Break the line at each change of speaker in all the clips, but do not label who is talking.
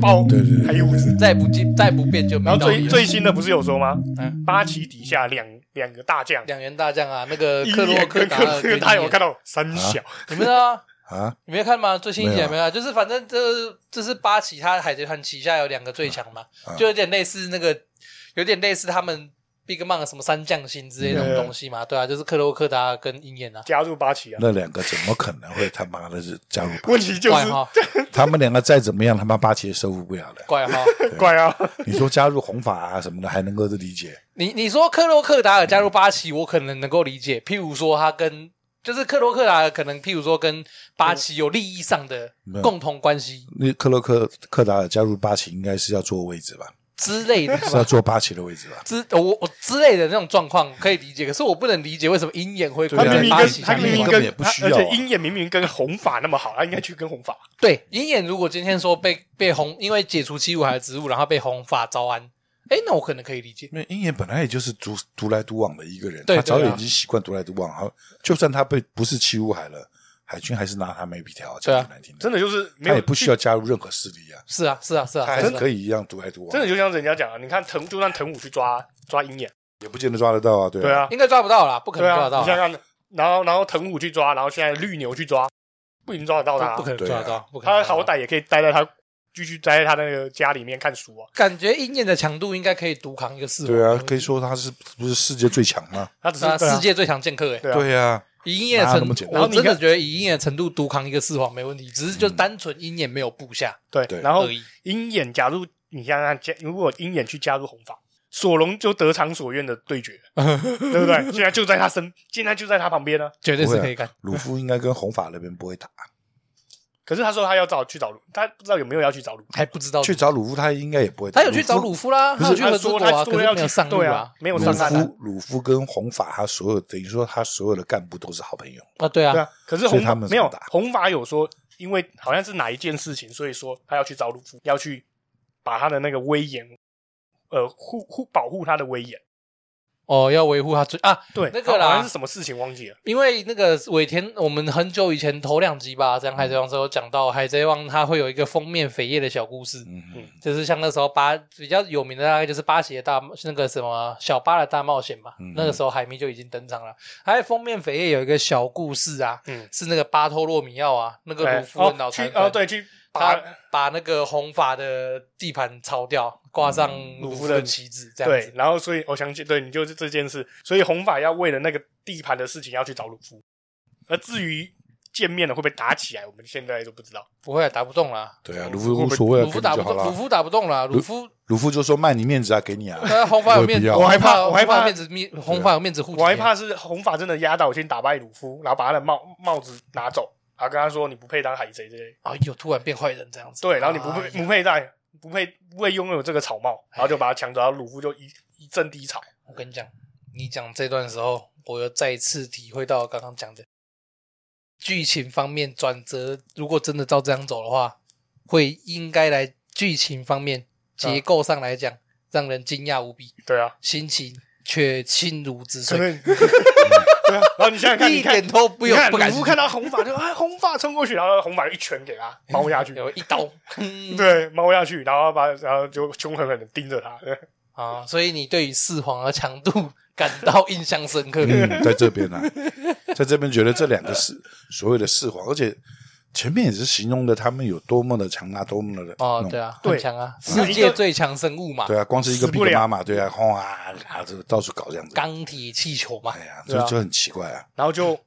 爆
对对对
黑五子。
再不进再不变就没
然后
道理
最
了。
最新的不是有说吗？
嗯
八旗底下两两个大将，
两员大将啊，那个
鹰
克洛
眼
克
跟
达
克
尔
洛
跟鹰
克，他有
眼
看到三小，
你们知道吗？
啊，
你没看吗？最新一集
没有
还没看，就是反正这这是八旗，他海贼团旗下有两个最强嘛，
啊
就有点类似那个，有点类似他们 Big Mom 什么三将星之类的那种东西嘛，对啊，就是克洛克达尔跟鹰眼啊，
加入八旗啊。
那两个怎么可能会他妈的加入？
问题就
怪
是
哈，
他们两个再怎么样，他妈八旗也收服不了 的。
怪哈。
怪啊，
你说加入红法啊什么的，还能够理解。
你你说克洛克达尔加入八旗，我可能能够理解，譬如说他跟就是克洛克达尔可能譬如说跟八旗有利益上的
没有
共同关系
那克洛克克达尔加入八旗，应该是要坐位置吧？
之类 的，
是要坐八旗的位置吧？
之我我之类的那种状况可以理解，可是我不能理解为什么鹰眼会
对
他
跟
啊
明明
八
跟
旗
他
下
明
面
明
根本也
跟
不
他
需
而
要啊
且鹰眼明明跟红发那么好，他应该去跟红发。
对，鹰眼如果今天说被被红，因为解除七武海的职务，然后被红发招安，哎，那我可能可以理解。
因为鹰眼本来也就是独独来独往的一个人，
对
他早
对
就
啊
已经习惯独来独往。好，就算他被不是七武海了，海军还是拿他没皮条，
对啊
讲句难听的，
真的就是没
他
有
也不需要加入任何势力啊，
是啊，是啊，是啊，
他还是
是啊
可以一样独来独往，
真的就像人家讲啊，你看藤，就算藤武去抓抓鹰眼，
也不见得抓得到啊，对
对
啊，
啊，
应该抓不到啦，不可
对
能抓得
啊，
到
你想
啦，
想，然后然后藤武去抓，然后现在绿牛去抓，不一定抓得到他
不不
啊，
可能
对啊
抓得到，不可能抓
他
得
好
到。
歹也可以待在他继续待在他那个家里面看书啊，
感觉鹰眼的强度应该可以独扛一个四
对
王
啊，可以说他是不是世界最强吗？
他只是
那
对啊
世界最强剑客哎，
对啊，
啊，
以鹰眼的
哪有那
程
么
度
简，单
我真的
然后你看
觉得以鹰眼的程度独扛一个四皇没问题，只是就单纯鹰眼没有部下
对，
对
然后
而已。
鹰眼，假如你想想看，加如果鹰眼去加入红发，索隆就得偿所愿的对决，对不对？现在就在他身，现在就在他旁边呢、
绝对
不
是
会啊
可以干，
鲁夫应该跟红发那边不会打，
可是他说他要找去找鲁，他不知道有没有要去找鲁。
还不知道
去找鲁夫他应该也不会打。
哦他有去找
夫
鲁夫啦，
不
他有
是
去
他
合
说
作
他
国啊，可
说
是
要
没
去
有上路
对
啊
啊，，没有
鲁
上岸啊。
夫，鲁夫跟红发他所有等于说他所有的干部都是好朋友，
啊对
对
啊，
啊，可是
所
红
以他们
没有
怎么打
红发有说，因为好像是哪一件事情，所以说他要去找鲁夫，要去把他的那个威严，呃，护护保护他的威严。
哦要维护他最啊，
对，
那个啦
好像是什么事情忘记了。
因为那个尾田，我们很久以前头两集吧，讲《海贼王》时候讲到，《海贼王》它会有一个封面扉页的小故事，
嗯
嗯
就是像那时候巴比较有名的大概就是巴西的大那个什么小巴的大冒险嘛，
嗯
那个时候海咪就已经登场了。还有封面扉页有一个小故事啊，
嗯，
是那个巴托洛米奥啊，那个
哎
鲁夫的
哦
脑
去
残
哦，
粉，
对，去 把
他把那个红发的地盘抄掉，挂上鲁夫的旗帜，这样
对
子，。
然后所以我想起，对你就是这件事，所以红发要为了那个地盘的事情要去找鲁夫，而至于见面了会不会打起来，我们现在都不知道。
不会啊打不动啦，
对啊，
鲁
鲁
夫会不
夫无
会
所谓啊，
鲁夫
给你
打不
就好
动，鲁
了。
夫打不动啦，鲁夫
鲁夫就说卖你面子啊，给你啊，
呃，红发有面子，
我也不要
我害怕
红
我害怕
有面子面，红发有面子护体。
我还怕是红发真的压倒性打败鲁夫，然后把他的帽帽子拿走，然后跟他说你不配当海贼之类的。
哎呦，突然变坏人这样子。
对，然后你不配、
哎呀
不配戴，不配不配拥有这个草帽，然后就把他抢走，然后鲁夫就一一阵低潮。
我跟你讲，你讲这段时候，我又再一次体会到刚刚讲的剧情方面转折。如果真的照这样走的话，会应该来剧情方
嗯
面结构上来讲，让人惊讶无比，
对啊，
心情却轻如止
真
水，
的。 对啊，然后你想想看，
一
你看
点都不
你
有
看
不敢
鲁夫看到红发就啊红发冲过去，然后红发一拳给他猫下去，
有一刀。哼
对，猫下去，然后把然后就凶狠狠的盯着他。
啊，所以你对于四皇的强度 感到印象深刻。
嗯，在这边呢、在这边觉得这两个是所谓的四皇，而且前面也是形容的他们有多么的强大，多么的
哦，
那种
对啊，
对
很强啊，
嗯
世界最强生物嘛，
对啊，光是一个
死
比
不
格
了
妈妈，对啊，轰啊啊，这到处搞这样子，
钢铁气球嘛，
哎呀，
对
就
啊
就很奇怪啊，
然后就，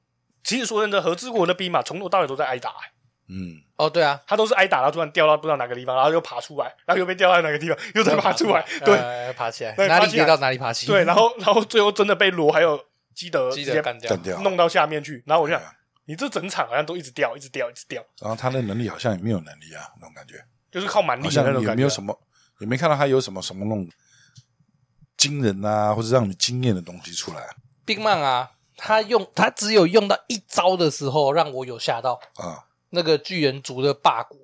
其实说真的，和之国的兵马从头到尾都在挨打、欸
嗯，
哦，对啊，
他都是挨打，然后突然掉到不知道哪个地方，然后又爬出来，然后又被掉到哪个地方，又再 爬出来，对
呃，爬起来，
对
哪
爬
里
起
跌
来
到哪里爬起，
对，然后然后最后真的被罗还有基德
记
直
得
接
干掉哎
干，掉。
弄到下面去，然后我就想
对啊，
你这整场好像都一直掉，一直掉，一直掉，
然后他的能力好像也没有能力啊，那种感觉，
就是靠蛮力
好
的
像
那种
也
感
没
觉啊
有。什么，也没看到他有什么什么那种惊人啊，或者让你惊艳的东西出来
，Big Man 啊，他用他只有用到一招的时候，让我有吓到
啊。
那个巨人族的霸国，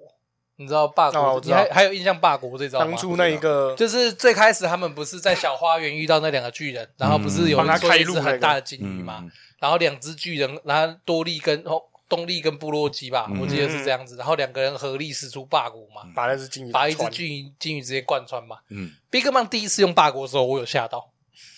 你知道霸
哦
国
我，知
你
道
还还有印象霸国这招
当
吗？
初那一个，
就是最开始他们不是在小花园遇到那两个巨人，然后不是有
嗯帮他
人说
开
一
路
只
那
很
个
大的鲸鱼
嗯
嘛，然后两只巨人，然后多利跟哦东丽跟部落基吧，
嗯
我记得是这样子。然后两个人合力使出霸国嘛，
把那只金鱼
把一只
穿
金鱼金鱼直接贯穿嘛。
嗯，
Big Man 第一次用霸国的时候，我有吓到，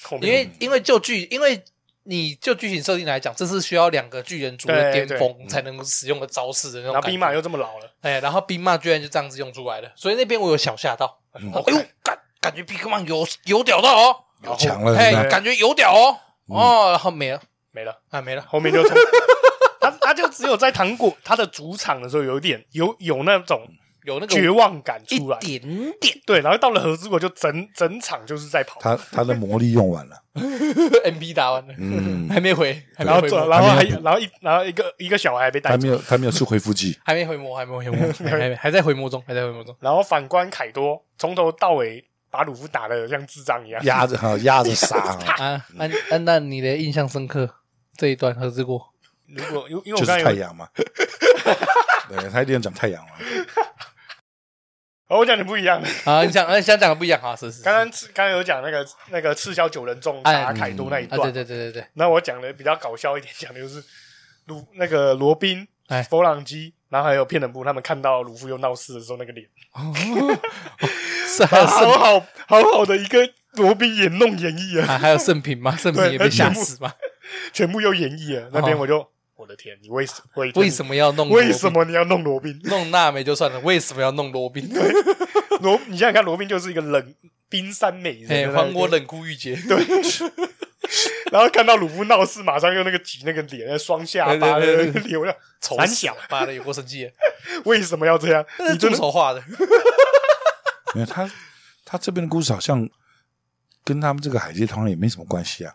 后面
因为因为就剧，因为你就剧情设定来讲，这是需要两个巨人族的
对
巅
对
峰才能够使用的招式的那种感
然后
觉。
兵马又这么老了，
哎，然后兵马居然就这样子用出来了，所以那边我有小吓到，
嗯
哦哎呦，感感觉 Big Man 有有屌到哦，
有强了
哎
是吧，
感觉有屌哦，
嗯
哦，然后没了
没了，
啊，没了，
后面就 从他他就只有在糖果他的主场的时候有一点有有那种
有那个
绝望感
一
出来，
点点
对，然后到了和之国就整整场就是在跑，
他他的魔力用完了，
MP 打完了，
嗯，
还没回，还没
然后
回
走
魔，
然后还
还没有
然后一然后一个一个小孩被带
他
走
没，有他没有吃回 复剂，
还没回魔，还没回魔，还还还在回魔中，还在回魔中，
然后反观凯多从头到尾把鲁夫打的像智障一样，
压着哈压着 杀，
啊，安安娜，你的印象深刻这一段何之过？
如果因为因为我
就是
刚才
太
有，
阳嘛。 对他一定讲太阳嘛，
哦我讲的不一样的，
啊，你想，啊，想讲的不一样啊，是是，是
刚刚刺刚刚有讲那个那个赤霄九人众
哎
打凯多那一
啊，对
段，
对对对 对，
那我讲的比较搞笑一点，讲的就是鲁那个罗宾
哎、
弗朗基，然后还有片人部他们看到鲁夫又闹事的时候那 个脸，
是还
好
有圣
好好好的一个罗宾也弄演绎了，
啊，还有圣品吗？圣品也被吓死吗？
全部又演绎啊了，那边我就我的天，你为什么
哦为什么要弄？
为什？么你要弄罗宾？
弄娜美就算了，为什么要弄罗宾？
罗，你想想看，罗宾就是一个冷冰山美人，
哎，
对不对
还我冷酷御姐，
然后看到鲁夫闹事，马上用那个挤那个脸，那双下巴
对对对对
流了。
丑
胆
死
小
了，妈的，有过生气的，
为什么要这样？
那是
你真
助
的
手画的，
因为他他这边的故事好像跟他们这个海贼团也没什么关系啊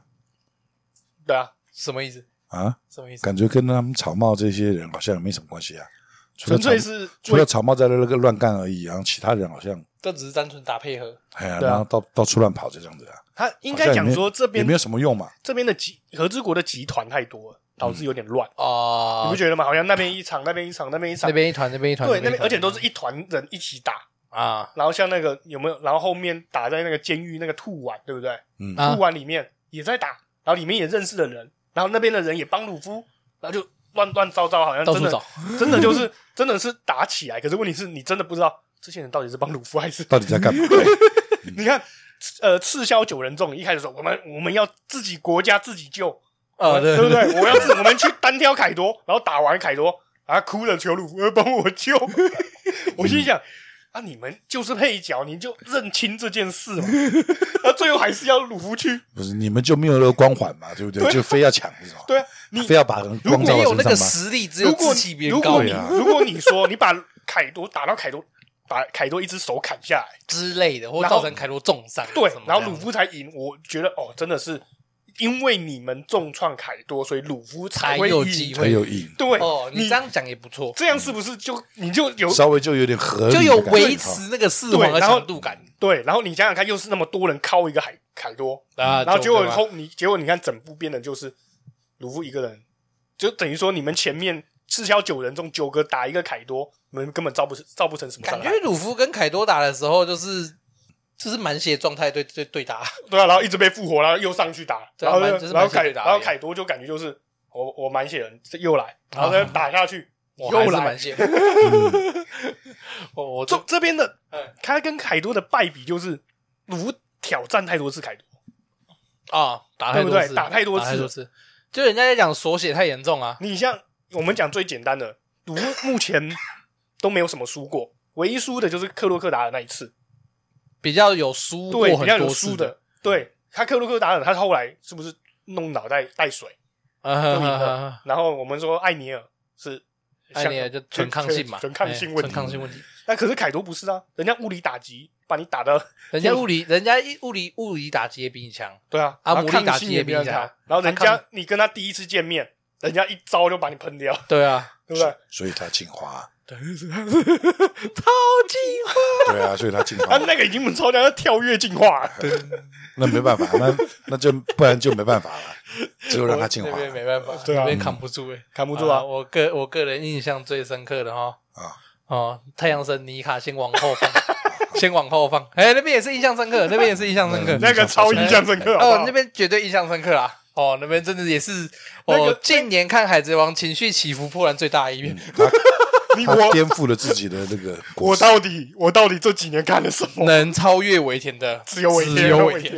对啊？
什么意思？
啊，
什么意思？
感觉跟他们草帽这些人好像也没什么关系啊，除了
纯粹
草
是
除了草帽在那个乱干而已，然后其他人好像
这只是单纯打配合，
哎呀，
对啊
然后到到处乱跑就这样子啊，
他应该讲说这
也
边
没有什么用嘛，
这边的集和之国的集团太多了，导致有点乱，你
哦
不，觉得吗？好像那边一场，那边一场，嗯啊那边一场
那，边一团，那边一团，
对，那
一
边
团
而且都是一团人一起打。
啊
然后像那个有没有？然后后面打在那个监狱那个兔丸，对不对？
嗯
啊
兔丸里面也在打，然后里面也认识了人，然后那边的人也帮鲁夫，然后就乱乱糟糟，好像
到
真
处
的
找，
真的就是 真的是打起来，可是问题是你真的不知道这些人到底是帮鲁夫还是
到底在 干嘛？哎对
你看，呃，刺销九人众一开始说我们我们要自己国家自己救，
啊，对
不，对？我要自我们去单挑凯多，然后打完凯多，然后哭着求鲁夫呃帮 我救。我心想。啊！你们就是配角，你就认清这件事嘛。那最后还是要鲁夫去，
不是你们就没有那个光环嘛，对不对？就非要抢是吧？
对啊，你
非要把人
如果
光照
没有
到
那个
身上吗？
实力，只有
如
自
果你
欺别
如
人
果
高
你
对啊
如果你说你把凯多打到凯多，把凯多一只手砍下 来，
之类的，或
然后
造成凯罗重伤什么
对
这样，子，
然后鲁夫才赢。我觉得哦，真的是因为你们重创凯多，所以鲁夫
才
会
有
赢
机
才
会
有瘾，
对，
哦，你
你
这样讲也不错，
这样是不是就你就有
稍微就有点合理的
就
感觉，
有维
哈
持那个四皇的
对然后
强度感
对？然后你想想看，又是那么多人靠一个海凯多，
啊
嗯然后结果
对吧
后你结果你看整部变的就是鲁夫一个人，就等于说你们前面赤霄九人中九个打一个凯多，你们根本造不成造不成什么伤
感
害
觉，鲁夫跟凯多打的时候，就是就是满血状态对对对打，
对啊，然后一直被复活，然后又上去打，
对啊
然后
蛮
又
就是
然后
蛮
凯
血对打
然后凯多就感觉就是我我满血人又来，然后再打下去
啊我
又
还是
来，
满 血。我我
这
这
这边的
嗯，
他跟凯多的败笔就是鲁夫挑战太多次凯多，
啊，打太
对不
多
对
次，
打太多次
次，就人家在讲锁血太严重啊，
你像我们讲最简单的， 鲁夫目前都没有什么输过，唯一输的就是克洛克达尔那一次，
比较有输过
对，比较
很
有
多
输
次，嗯
的，对他克洛克达尔，他后来是不是弄脑袋带 水？
啊哈哈哈
然后我们说艾尼尔是像。
艾尼尔就纯抗性嘛，
纯纯抗性
哎
问
纯抗
题。嗯
性问题。
但可是凯多不是啊，人家物理打击把你打的，
人家物理，人家一物理物理打击也比你强，
对啊，
啊
然后
魔力
抗
打
性
击
也
也
比
比
较
你
强
强，
然后人
他
家
抗
你跟他第一次见面，人家一招就把你喷掉，
对啊，
对不对？
所以他进化，
对，超级化
对啊，所以他进
他
化，
那个已经超强，要跳跃进化了。
那没办法，那那就不然就没办法了，只有让 他进化
那边没办法，
对啊
那边扛不住哎、
扛不
不
住啊！
我个我个人印象最深刻的哈，
啊。
哦，太阳神尼卡先往后放， 先往后 放，哎、那边也是印象深刻，那边也是印象深刻，
那个超印象深刻好不好
哦，那边绝对印象深刻啊！哦，那边真的也是
那个嗯
哦，近年看《海贼王》情绪起伏波澜最大的一面。
嗯他
你
他
我
颠覆了自己的那个国
我
耻。
到底我到底这几年看了什么？
能超越尾田的
只有尾田，
只有尾
尾
田。。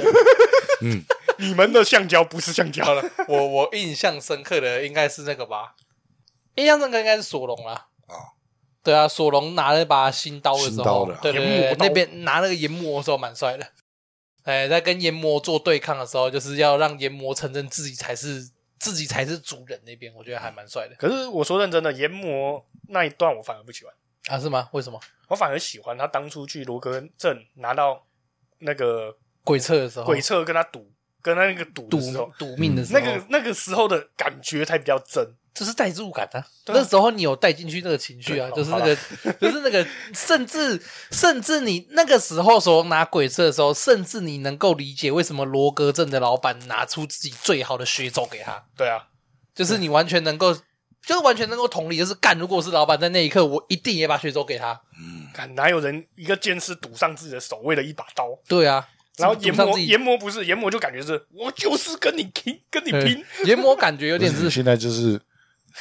嗯，
你们的橡胶不是橡
好
胶，
了，我我印象深刻的应该是那个吧，印象深刻应该是索隆啦。
哦
对啊，索隆拿那把新刀的时
新
候
刀的啊，
对对
研
对
磨，刀
那边拿那个研磨的时候蛮帅的。哎，在跟研磨做对抗的时候，就是要让研磨承认自己才是自己才是主人那边，我觉得还蛮帅的
可是我说认真的，研磨那一段我反而不喜欢，
啊？是吗？为什么？
我反而喜欢他当初去罗根镇拿到那个
鬼测的时候，
鬼策跟他赌，跟他那个赌
哦赌
的时候，嗯
赌命的时
那
候，
个那个时候的感觉才比较真。
就是代入感啊。
对啊
那时候你有带进去那个情绪啊，
对
就是那个，就是那 个，甚至甚至你那个时候手拿鬼车的时候，甚至你能够理解为什么罗格镇的老板拿出自己最好的血种给他，
对啊，
就是你完全能够，就是完全能够同理，就是干，如果我是老板在那一刻，我一定也把血种给他。
看哪有人一个剑士赌上自己的手，为了一把刀。
对啊，
然后
赌
研
上
磨
自己
研磨不是研磨，就感觉是我就是跟你拼，跟你拼。
对研磨感觉有
不是
点
你
是，
现在就是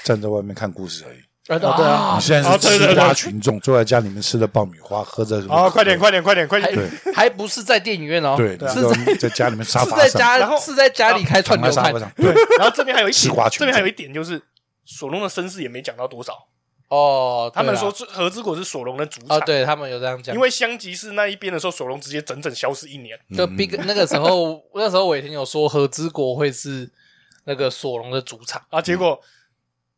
站在外面看故事而已。
啊对啊
你，现在
啊
是
对对
吃瓜
对
群众，坐在家里面吃着爆米花，喝着什么
啊，
可乐
快点，快点，快点，快点！
对
还还不是在电影院哦，
对，
啊对啊啊
你知道在家里面沙
是
发
在
上，
然
家
后
是在家里开串
躺在
流
沙
看
发上，
对，然后这边还有一
吃
点
瓜，群
这边还有一
众
点就是索隆的身世也没讲到多少。
哦，
他
对
们
啦
说这和之国是索隆的主
哦，
场，
对他们有这样讲，
因为香吉士那一边的时候，索隆直接整整消失一年。
嗯
就 Big 那个时候，那时候尾田有说和之国会是那个索隆的主场，
啊，结果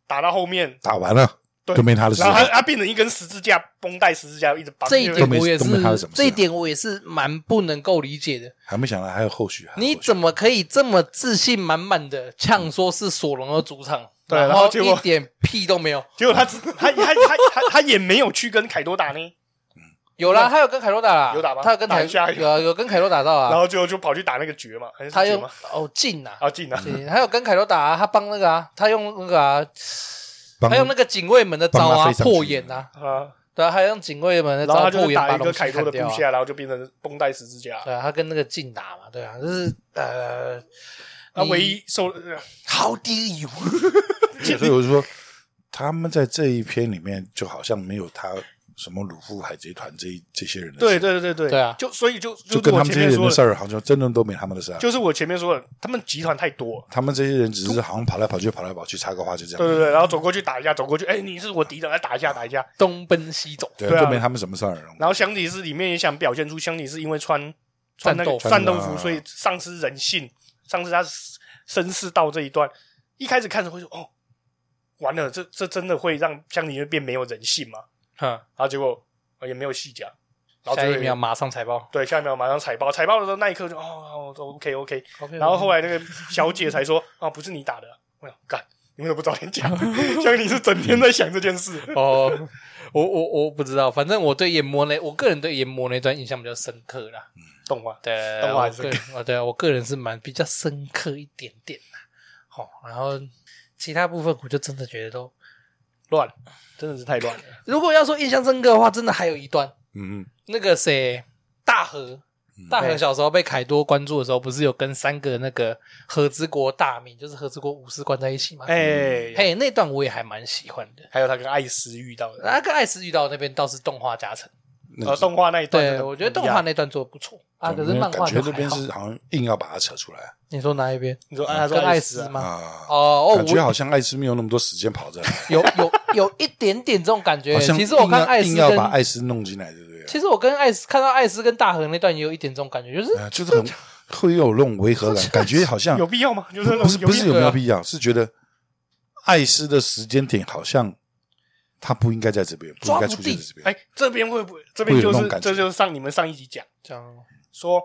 打到后面，
打完了
对
就没他的事
然后
了
他。他变成一根十字架绷带，十字架一直绑。
这一
都
点
没
我也是
都没他的什么事啊，
这一点我也是蛮不能够理解的。
还没想到还有后
啊
续。还有
你
后续
怎么可以这么自信满满的呛说是索隆的主场，
嗯对
然
然后
后
结果
一点屁都没有？
结果他只他他他他他也没有去跟凯多打呢，
有啦，他有跟凯洛打啦，
有打吗
他有跟
打
凯
一下
有啊有跟凯洛打到
然
啊，
后就就跑去打那个爵嘛，还是
他
爵
用
吗？
哦进啊，
啊，进了，
对他有跟凯洛打啊，他帮那个啊，他用那个啊，
帮
他用那个警卫门的招
帮他
啊
飞上去
破眼啊，
啊，
对啊，他用警卫门的
然后
招
他就
破
是
眼
打
把
一
龙
个
骑砍
凯多的部
掉啊。
下，然后就变成绷带十字架。
对啊，他跟那个劲打嘛，对啊，就是呃，
那
你
唯一受呃
好低油，
所以我就说，他们在这一篇里面就好像没有他什么鲁夫海贼团这一这些人的
对
事，
对对对
对啊
就所以就
就是跟
我
他们
前
这
面
些人
说
的事
的，
儿好像真的都没他们的事啊。
就是我前面说的，他们集团太多了。
他们这些人只是好像跑来跑去，跑来跑去插个话就这
对
样，
对对，然后走过去打一架，走过去，哎，你是我敌人，来打一架，打一架。
东奔西走，
对
对啊
就没他们什么事儿。
然后香吉士里面也想表现出香吉士因为穿穿那
战
个
斗服
战斗
啊
服，所以丧失人性，丧失他绅士道这一段。一开始看着会说哦，完了，这这真的会让香吉士变没有人性吗？
哼，
然后结果、呃也没有细讲，然后
下
最后
一秒马上踩爆。
对下一秒马上踩爆，踩爆的时候那一刻就哦哦 OK OK，
OK，
然后后来那个小姐才说啊不是你打的，我想干。你为什么不早 点讲？像你是整天在想这件事，
哦，我我我不知道，反正我对研磨那，我个人对研磨那段印象比较深刻啦。
懂吗？
对，
动画
我
还是
个人，哦，对我个人是蛮比较深刻一点点啦。哦，然后其他部分我就真的觉得都，
乱，真的是太乱了。
如果要说印象深刻的话，真的还有一段，
嗯，嗯
那个谁，大和，大和小时候被凯多关注的时候，不是有跟三个那个和之国大名，就是和之国武士关在一起吗？
哎、
嘿，那段我也还蛮喜欢的。
还有他跟艾斯遇到的，
那跟艾斯遇到的那边倒是动画加成，
那
呃，动画那一段真的
对
不一样，
我觉得动画那段做的不错啊，可是
没有
漫
嗯感
画
觉
就
这
还
边
好。
是好像硬要把它扯出来
你说哪一边？
你说，哎，他说
跟艾
斯
斯
啊，
吗？
啊。
哦哦，
感觉
我
好像艾斯没有那么多时间跑 这，
有有有一点点这种感觉。
好像
其实我
硬要
看艾斯
硬要把
跟，
艾斯弄进来，对不对？
其实我跟艾斯看到艾斯跟大和那段也有一点这种感觉，就是
啊，就是很会有那种违和 感，感觉好像
有必要吗？就是那种
不是不是有没
必
有
要
必
啊
要，是觉得艾斯的时间点好像他不应该在这边，不应该出现在这边。
哎，这边会不会？这边
会
就
有那
是
种感觉
这就是上你们上一集讲
这样，哦
说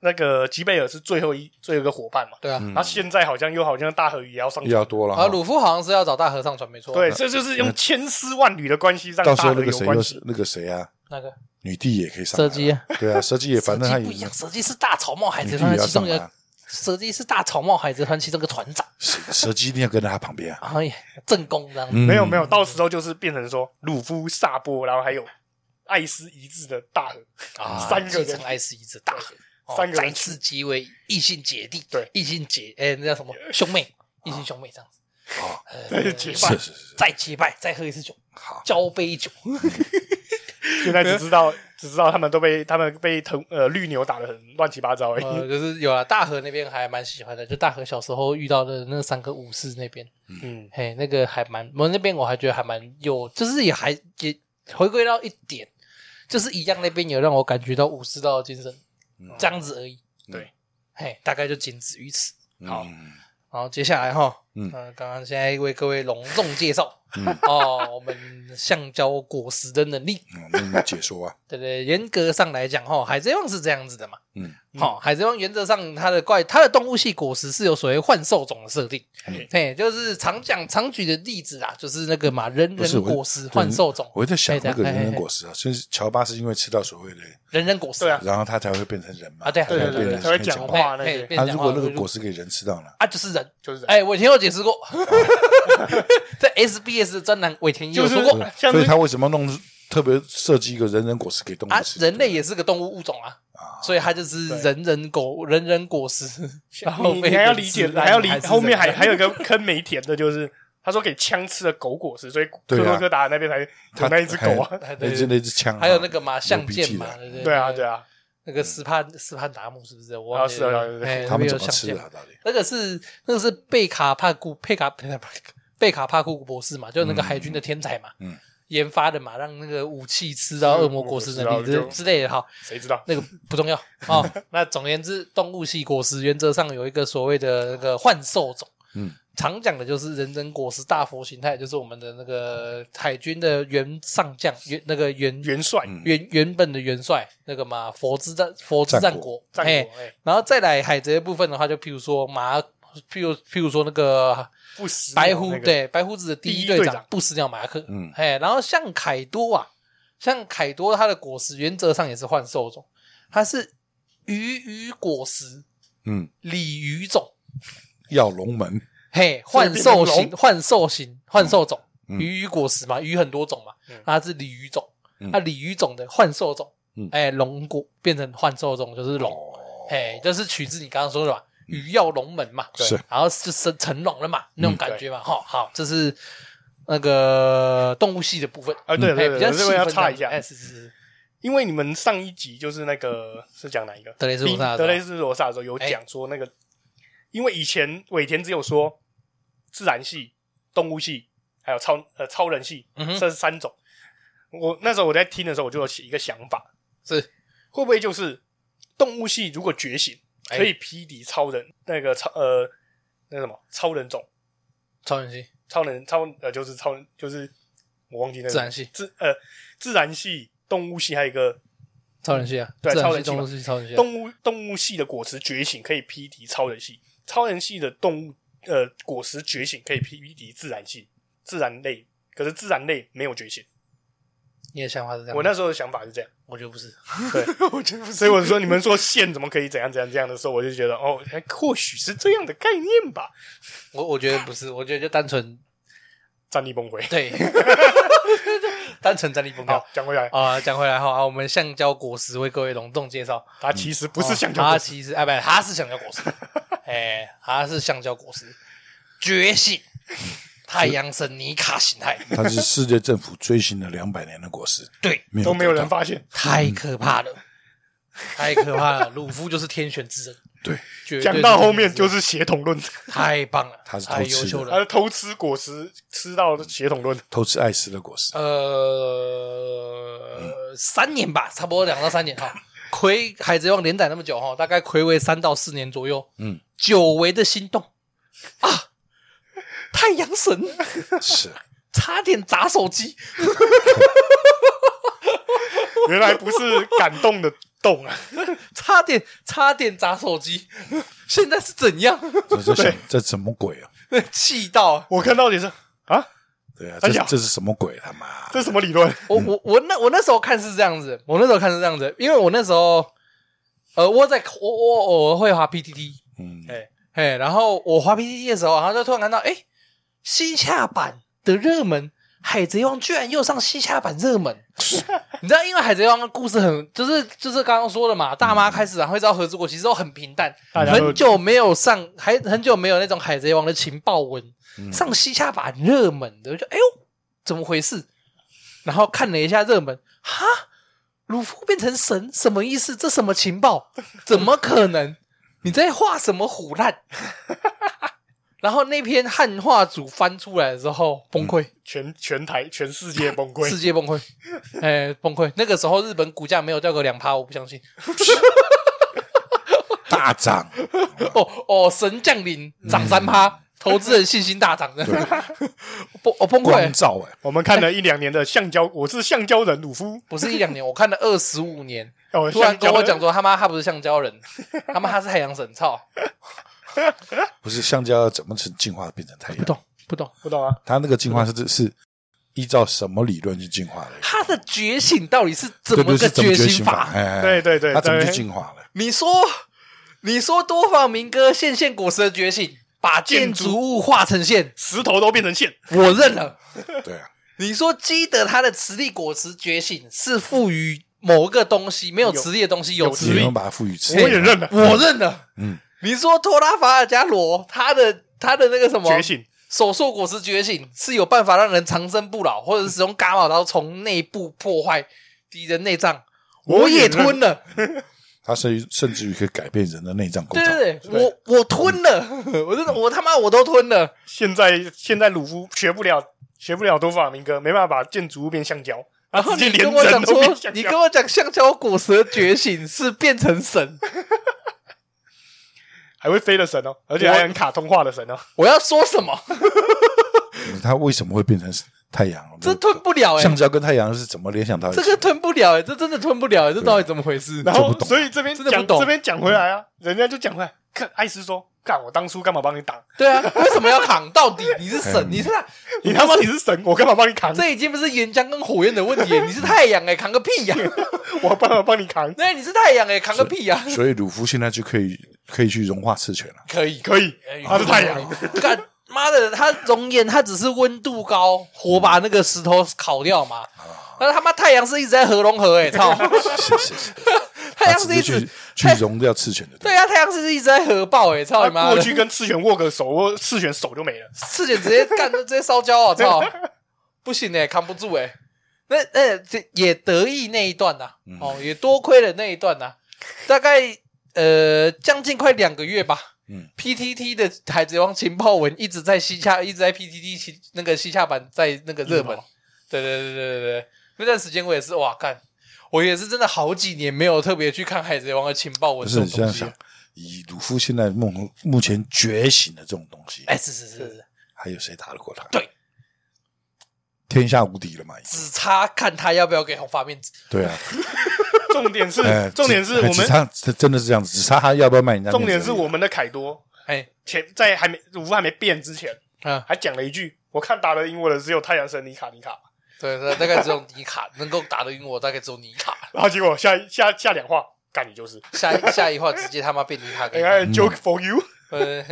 那个吉贝尔是最后一最后一个伙伴嘛，
对啊。
嗯
然后现在好像又好像大和也要上
又要多了
啊，
哈，
鲁夫好像是要找大和上船，没错。
对，，这就是用千丝万缕的关系让
到时
大
候那
和
个
有
谁
关
又
系
是。那个谁啊，
那个
女帝也可以上
蛇
来了
姬，
对啊，蛇 姬也反正他
蛇
也
姬不一样，哎蛇姬是大草帽海
女
贼
帝
团的
也要
其中
上
一
来
个
啊，，
蛇姬是大草帽海贼团其中一个团长，
蛇 蛇姬一定要跟在他旁边啊。
然后也正宫这样子。
嗯
没有没有，到时候就是变成说鲁夫、萨波，然后还有艾斯一致的大和
啊，
三个
继承
人
艾斯一直大和，哦
三个
再
人
次结为异性姐弟，
对，
异性姐，哎，那叫什么兄妹，异性兄妹这样子，
好，
对结拜
是是是，
再结拜，再喝一次酒，
好，
交杯 酒，
现在只知道只知道他们都被他们被藤呃绿牛打的很乱七八糟欸而已。
嗯
呃，就是有啊，大河那边还蛮喜欢的，就大河小时候遇到的那三个武士那边，
嗯，
嘿，那个还蛮，我那边我还觉得还蛮有，就是也还也回归到一点，就是一样那边有让我感觉到武士道的精神，这样子而已。
对，
嘿，大概就仅止于此。
好
嗯
然后接下来哈，
嗯
嗯，刚刚现在为各位隆重介绍、哦，我们橡胶果实的能力，
嗯那你解说啊，
对不对？严格上来讲哈，海贼王是这样子的嘛。
嗯，
好、海贼王原则上它的怪，它的动物系果实是有所谓幻兽种的设定，
嗯
嘿
嘿，就是常讲常举的例子啦，就是那个嘛， 人
不是
人
我
果实幻兽种，
我在想
嘿这
那
样
个人
嘿嘿
人
嘿
果实啊，就是乔巴是因为吃到所谓的，
人人果实，
对啊
然后他才会变成人嘛，
啊对啊
他才会
对对对
变
才会
成可以
讲
讲
话
话。
那
嘿
个
变
他
讲
如
话
果那
就
个
是
果实哦给人吃到了，
啊，就是人。
就是这样
哎，伟田有解释过， 在 SBS 的专栏，伟田也有说过啊
就是啊像
所以他为什么弄特别设计一个人人果实给动
啊
物，吃？
人类也是个动物物种啊，
啊，
所以它就是
对
人人果人人果实，然后
你
被
你还要
人
理
吃
解，
烂
还要理
是
后面
人
还还有一个坑没填的，就是他说给枪吃了狗果实，所以科
对啊
洛科达那边才
他
有那一只狗啊。
哎对
那只那只枪啊，
还有那个嘛
有
相
笔
剑
记的
嘛，对不对？
对啊，对，啊，
那个斯帕斯帕达姆是不是？我
啊
忘记
是啊
了
对对对
哎
他
那
们
边
怎
有
么
相
吃
剑
的啊？到底？
那个是那个是贝卡帕库贝卡 贝卡帕库博士嘛，就是那个海军的天才嘛，
嗯嗯
研发的嘛，让那个武器吃到恶魔果实能力
是恶魔果实然
之
后就
之类的哈，
谁知道？
那个不重要 哦。那总而言之，动物系果实原则上有一个所谓的那个幻兽种，
嗯，
常讲的就是人人果实大佛形态，就是我们的那个海军的原上将原那个原
元帅
嗯
原原本的元帅那个嘛佛之战佛之
战
战
国
国，
战
哎
国，哎，
然后再来海贼的部分的话，就譬如说马，譬如譬如说那个
不死
白
鸟
胡，
那个，
对白胡子的第
第一
一
队
队
长
长不死鸟马克，
嗯
哎，然后像凯多啊，像凯多它的果实原则上也是幻兽种，它是鱼鱼果实
嗯，
鲤鱼种，
药龙门，
嘿，
所以
幻兽
变成
型幻兽型幻兽种
嗯
鱼鱼果实嘛，鱼很多种嘛
嗯，
它是鲤鱼种，
嗯
那鲤鱼种的幻兽种
嗯，
哎，龙果变成幻兽种就是龙。
哦，
哎，就是取自你刚刚说的嘛，
嗯
鱼跃龙门嘛，
是
然后就成成龙了嘛，那种感觉嘛，哈、好，这是那个动物系的部分，
啊，对
哎
对
比
对，
较
我
细
这
分
边要
的
插一下
哎，，是是是，
因为你们上一集就是那个是讲哪一个？
德雷斯罗萨的时候
德雷斯罗萨的时候有讲说那个，因为以前尾田只有说自然系、动物系，还有超呃超人系
嗯哼
这三种。我那时候我在听的时候，我就有一个想法，
是
会不会就是动物系如果觉醒，
哎
可以匹敌超人那个超呃那什么超人种？
超人系，
超人超呃就是超人就是我忘记那个
自然系
自呃自然系、动物系，还有一个
超人系啊，
对
自然
超人系
动
嘛
物系，超人系啊，
动物动物系的果实觉醒可以匹敌超人系，超人系的动物呃果实觉醒可以匹敌自然系，自然类可是自然类没有觉醒。
你的想法是这样吗，
我那时候的想法是这样，
我觉得不是，
对，
我觉 得不
所以我说你们说线怎么可以怎样怎样怎样的时候，我就觉得哦，哎或许是这样的概念吧。
我我觉得不是，我觉得就单纯
战力崩溃。
对，单纯战力崩掉
好。，讲回来，
啊，讲回来哈，啊，我们橡胶果实为各位隆重介绍，
它其实 不是橡胶
哦它
果实，
其实哎，不，它是橡胶 果实，哎，它是橡胶果实，觉 醒太阳神尼卡形态，
它是世界政府追寻了两百年的果实，
对，
没有
都没有
得到
人发现。
太可怕了，
嗯
太可怕了，鲁夫就是天选之人，
对，
绝对
讲到后面就是是协同论，
太棒了，
他是偷
太优秀
吃
他
了，
是偷吃果实吃到协同论。
偷吃艾斯的果实，
啊呃，三年吧，差不多两到三年哈。魁海贼王连载那么久哈，大概魁为三到四年左右。
嗯，
久违的心动啊！太阳神
是
差点砸手机，
原来不是感动的动啊，
差点差点砸手机， 现在是怎样？
我在想这什么鬼啊？
气到
我看到你是啊，
对啊，
哎
这
呀
这是什么鬼？他妈
这是什么理论？
我我我那我那时候看是这样子，我那时候看是这样子，因为我那时候呃我在我我偶尔会滑 PTT，
嗯，
哎，
哎，然后我滑 PTT 的时候，然后就突然看到哎西洽版的热门海贼王居然又上西夏版热门。 你知道，因为海贼王的故事很，就是就是刚刚说的嘛，大妈开始然后会知道合之国，其实都很平淡，
大家都
很久没有上，还很久没有那种海贼王的情报文，上西夏版热门的，我就哎呦，怎么回事？然后看了一下热门，哈，鲁夫变成神什么意思？这什么情报？怎么可能？你在画什么虎烂？然后那篇汉化组翻出来的时候崩溃，
全全台全世界崩溃
世，界崩溃， 哎、崩溃！那个时候日本股价没有掉个两趴，我不相信。
大涨，
哦哦，神降临涨三趴，投资人信心大涨的， 崩我崩
光
溃，
照哎、
我们看了一两年的橡胶，我是橡胶人鲁夫，
不是一两年，我看了二十五年，
哦，
突然
橡胶
跟我
人
讲说他妈他不是橡胶人，他妈他是太阳神，操，
不是橡胶怎么成进化变成太
不
阳？
懂不懂，
不懂啊，
它那个进化是是依照什么理论去进化的？
他的觉醒到底是怎
对
么个
对，是怎么
醒
醒
法？
哎，
对对对
它怎么去
对
进化了？
你说，你说多方明哥线线果实的觉醒，把建筑物化成线，
石头都变成线，
我认了。
对啊，
你说基德他的磁力果实觉醒是赋予某个东西，没有磁力的东西有磁
直
你
立
力
能，把它赋予磁
我
力，哦
也认了，
我认了。
嗯，
你说托拉法尔加罗他的他的那个什么
觉醒，
手术果实觉醒是有办法让人长生不老，或者使用伽马刀从内部破坏敌人内脏，我
我
也
也认
吞了。
它甚甚至于可以改变人的内脏构
对
造。
对对，我我吞了，我真的我他妈我都吞了。
现在现在鲁夫学不了学不了多法明哥，没办法把建筑物变橡胶，
然后
直接
啊你跟
连
我讲
人都变
说，
橡
你
胶
跟。我讲橡胶果蛇觉醒是变成神，
还会飞的神哦，而且还很卡通化的 神哦。
我要说什么？
嗯它为什么会变成太阳？
这吞不了哎、
橡胶跟太阳是怎么联想到一起
这个吞不了哎、这真的吞不了哎、这到底怎么回事？
然
这
后
不，懂
所以这边
真的不
讲
懂
这边讲回来啊，人家就讲回来，看艾斯说，干我当初干嘛帮你挡？
对啊，为什么要扛？到底你是神，
嗯
你是他，
你他妈你是神，我干嘛帮你扛？
这已经不是岩浆跟火焰的问题欸、你是太阳哎、扛个屁呀、
我干嘛帮你扛？
对，你是太阳哎、扛个屁呀、
所以鲁夫现在就可以可以去融化 赤犬了。
可以，
可以，他是太阳，，
哎干妈的，他熔岩，他只是温度高，火把那个石头烤掉嘛。那他妈太阳是一直在合融合哎、操！
是是是，
太
他
阳
直
是一
接
直
去去融掉赤犬的。
对啊，太阳是一直在核爆哎、欸，操
他
你妈
过去
的！
跟赤犬握个手，握赤犬手就没了。
赤点直接干，直接烧焦啊！操，不行哎、扛不住哎、那那这也得意那一段呐、
嗯
哦，也多亏了那一段呐、啊大概呃将近快两个月吧。
嗯
PTT 的《海贼王》情报文一直在西夏，一直在 PTT 西那个西夏版在那个热门
嗯哦。
对对对对对对，那段时间我也是哇干，我也是真的好几年没有特别去看《海贼王》的情报文
不
这
是
种东
你这样
西了
想。，以鲁夫现在目目前觉醒的这种东西，
哎，是是是是是。
还有谁打得过他？
对，
天下无敌了嘛已经。
只差看他要不要给红发面子。
对啊，
重点是
哎，
重点是我
只
们，
差真真的是这样子，只差他要不要卖人家面子而已。
重点是我们的凯多
哎，
前在还没鲁夫还没变之前，
嗯，
还讲了一句，我看打得赢我的只有太阳神尼卡尼卡。
对对，大概只有尼卡能够打得赢我，大概只有尼卡。
然后结果下一下下两话，干你就是
下一下一话直接他妈变尼卡给
，I
你
had a joke for you。
呃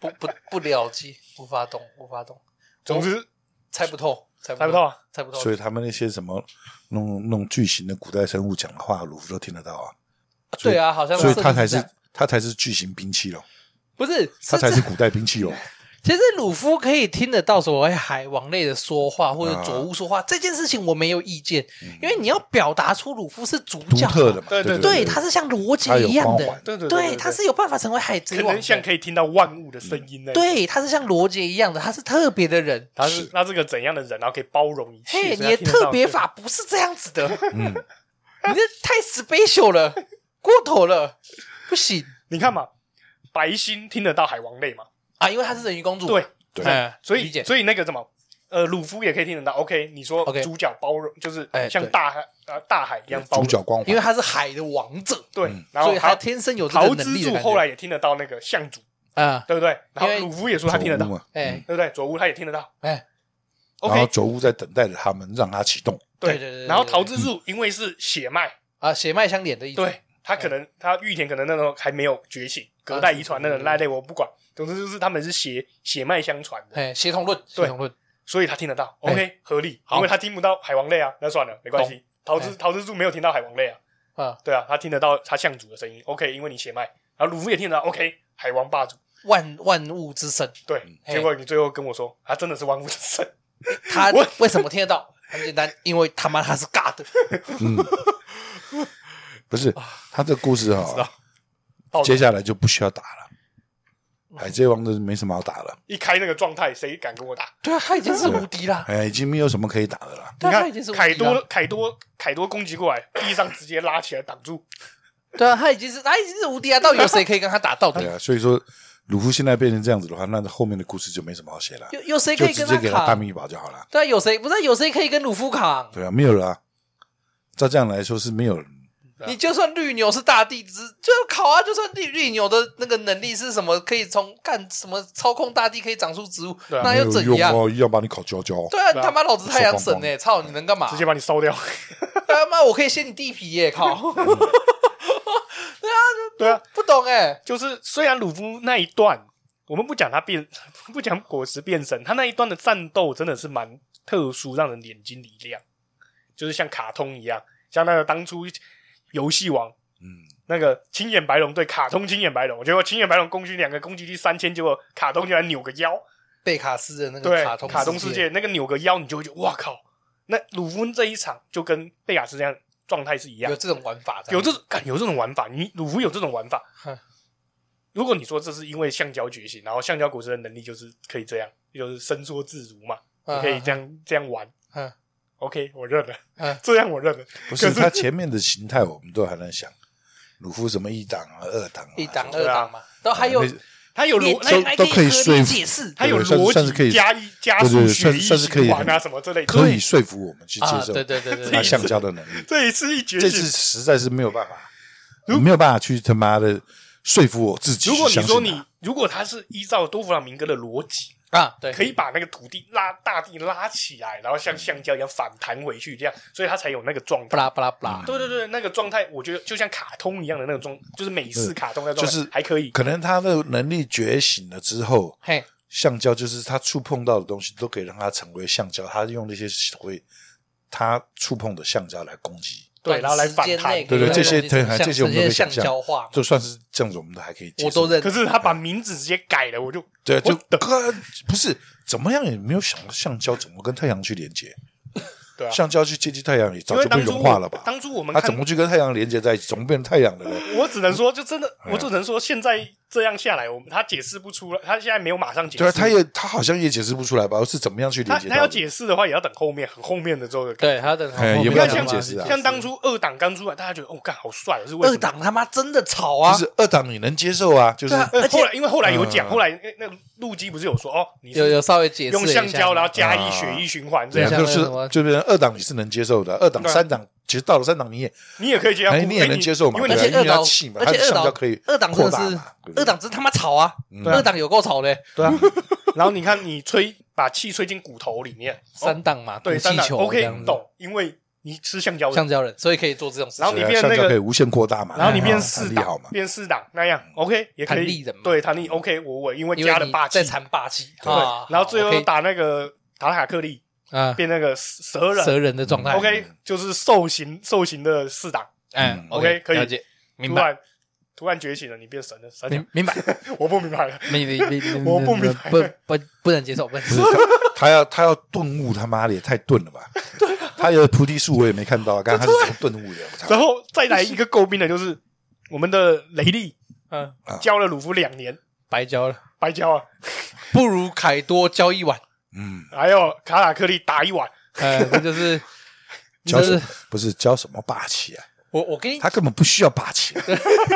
不不不了解，无法懂，无法懂，
总之
猜不透，猜
猜不
不
透
透，
啊，
猜不透。
所以他们那些什么弄弄巨型的古代生物讲的话，鲁夫都听得到啊。所以
对啊，好像
所以
设
他
定
才
这
是
样
他才是巨型兵器咯，
不是这
他才是古代兵器咯。哦
其实鲁夫可以听得到所谓海王类的说话或
啊
者佐乌说话、这件事情，我没有意见，因为你要表达出鲁夫是主
嗯独
角嘛，
特的嘛，
对对
对
对，他是像罗辑一样
他有光
的
环，
对对
对，他是有办法成为海
可
贼王
能
的，
像可以听到万物的声音呢。，
对，他是像罗杰一样的，他是特别的人。
他是他是个怎样的人，然后可以包容一切。
嘿，
所
你的
以他听得到
特别法不是这样子的，
嗯，
你这太 special 了，过头了，不行
对你看嘛，白星听得到海王类嘛，
啊！因为她是人鱼公主，
对，
对
哎
所
理
以
解
所以那个什么，呃，鲁夫也可以听得到。OK，你说
OK
主角包容就是
哎
像
对
大海呃大海一样包
主
容，
角嗯光
因为
环，
她是海的王者，
对，然
所
后
以她
他
天生有这
桃
个能
之
力的
助
感觉
后来也听得到那个相主，
啊，
对不对？然
因为
后鲁夫也说他听得到
佐乌，嘛，嗯
哎
对不对？佐乌他也听得到。
哎，
然后
OK，
佐乌在等待着他们，让他启动。
对对对对
然后桃之助因为是血脉，
啊，血脉相连的意思，
对他
哎
可能他玉田可能那时候还没有觉
啊
醒，隔代遗传那种赖类我不管，总之就是他们是血血脉相传的，
哎，协同论，
对
协同论，
所以他听得到。
哎
OK，合理，
好
因为他听不到海王类啊，那算了，没关系。桃之
哎
桃之助没有听到海王类啊，
啊，
对啊，他听得到他相主的声音。OK，因为你血脉，然后鲁夫也听得到。OK，海王霸主，
万万物之神，
对。
哎
结果你最后跟我说，他真的是万物之神，
他
我
为什么听得到？很简单，因为他妈他是 God，
不是他这故事
知道
哈，
爆
接下来就不需要打了。海贼王的没什么好打了，
一开那个状态，谁敢跟我打？
对啊，他已经是无敌啦，
哎，已经没有什么可以打的了。
对
你
啊，他
看
已经是无敌啦
凯多，凯多，凯多攻击过来，地上直接拉起来挡住。
对啊，他已经是他已经是无敌啊，到底有谁可以跟他打？到底
对啊，所以说鲁夫现在变成这样子的话，那后面的故事就没什么好写了，
有有谁
就
可以
直
跟
接给他大
扛？
秘宝就好了。
对啊，有谁不是有谁可以跟鲁夫扛？
对啊，没有了、啊。照这样来说是没有
对啊
你就算绿牛是大地之，就考啊！就算绿绿牛的那个能力是什么，可以从干什么操控大地，可以长出植物，
对啊
那又
没有
怎
用
样？
哦，一样把你烤焦焦。
对啊，
对啊
他妈老子太阳神
手棒
呢、
棒
操，你能干嘛？
直接把你烧掉。
他妈我可以掀你地皮耶、欸靠！
对啊，
不懂哎、
就是虽然鲁夫那一段，我们不讲他变， 不讲果实变身，他那一段的战斗真的是蛮特殊，让人眼睛一亮，就是像卡通一样，像那个当初游戏王
嗯，
那个青眼白龙对卡通青眼白龙，结果青眼白龙攻击两个攻击力三千，结果卡通竟然扭个腰，
贝卡斯的那个
对，
嗯卡通
卡通
世
世，界那个扭个腰，你就会觉得哇靠，那鲁夫这一场就跟贝卡斯这样状态是一样
有，这种玩法的，
有这种干有这种玩法，你鲁夫有这种玩法
哼。
如果你说这是因为橡胶觉醒，然后橡胶果实的能力就是可以这样，就是伸缩自如嘛，你
嗯
可以这样这样玩。
嗯
OK，我认了，
嗯
这样我认了。可
不是
是
他前面的形态，我们都还在想，鲁夫什么一档啊、二档、啊、
一档
什么哎
二
的
档嘛，然后还有
那
他有
你
逻，
那
他
还
都可以
合理
说服
解释，
他有
对算是算是
逻
可
辑
以
加一加
对对
速
对
学
算
一
算是可以
循环啊
很
什么之类的。
可以说服我们去接
啊，
受
对对对对
他
对，
橡胶的能力。
这一次一觉
这次
醒，
实在是没有办法，我没有办法去他妈的说服我自己
如
去
果
相信他。
你说你如果他是依照多弗朗明哥的逻辑，
啊，对，
可以把那个土地拉大地拉起来，然后像橡胶一样反弹回去，这样，所以他才有那个状态
不。啦不啦不啦，
对对对，那个状态，我觉得就像卡通一样的那种状，就是美式卡通那种，
就是
还可以。
可能他的能力觉醒了之后，
嘿，
橡胶就是他触碰到的东西都可以让它成为橡胶，他用那些会他触碰的橡胶来攻击，
对，然后来反弹。
对对这些对
像
这些我们都可以
橡
想象
胶化，
就算是这样子，我们都还可以接
我
受。
都认
可。是他把名字直接改了，我就
对啊，就
我懂
哥不是怎么样也没有想到橡胶怎么跟太阳去连接，
对啊，
橡胶去接近太阳也
因
早
为
就被
当初
融化了
我
吧？
当初我们
它
看，
怎么去跟太阳连接在一起？怎么变成太阳的呢？
我只能说，就真的，
哎呀
我只能说，现在这样下来，我们他解释不出来，他现在没有马上解释。
对啊，他也他好像也解释不出来吧？是怎么样去
他
连接
他
到
要
的？
解释的话，也要等后面很后面的之后的。哦
对，他的
哎
不
也
知道
后面
怎
的
么
话
解释啊
像当初二档刚出来，大家觉得哦，干好帅，是为什
二
么？
档他妈真的吵啊
就！是二档你能接受啊？就是
对啊
呃
而且
后来因为后来有讲，
嗯
后来那那个陆基不是有说哦，你
有
是
有稍微解释
用橡胶然
啦，
后加一
啊
血液循环这
对
样
啊，，
像
就
那
是
个什么
就变成二档你是能接受的，二档
对啊
三档其实到了三档你也
你也可以接受，
哎你也
哎
能接受嘛
因为
而
你
对啊
且
因为
二档
要气嘛，
而
它
且
的
二
橡胶
档
可以
二档真
扩
的
大
是
嘛，对不对
二档真他妈吵啊！
对啊
二档有够吵
哦
的，
对啊，
然后你看你吹把气吹进骨头里面，
三
哦
档嘛，
对
毒
三
气
档
球
OK
样子，
懂，因为你吃橡胶的，
橡胶人，所以可以做这种事
然
情
后。你
对
变
啊
那
橡
个
胶可以无限扩大嘛，
然后你变
啊
四
弹力好
档
嘛，，嗯
变四档那样 OK 也可
弹
以
力的嘛，
对弹力 OK 我我因为
因
加
为
了
你
霸气
在，缠霸气，
对
啊，
然后最后
OK，
打那个塔塔克利
啊，
变那个蛇人
蛇人的状态
OK
嗯
就是兽形兽形的四档，
嗯
OK，可以
了解，明
突
白，
然突然觉醒了，你变神了，三角
明明 白，
我不明白了，
你你你，
我不明白
不不不能接受，不能接受。
他要他要顿悟，他妈的也太顿了吧？
啊
他有菩提树我也没看到啊，刚刚他是怎么顿悟的？我操
然后再来一个诟病的就是我们的雷利呃
嗯，
啊
教了鲁夫两年，
白交了，
白教啊，
不如凯多交一碗，
嗯，
还有卡塔克利打一碗，
呃，那就是，
教
就
什
是
么不是教什么霸气啊？
我我给你
他根本不需要霸气啊！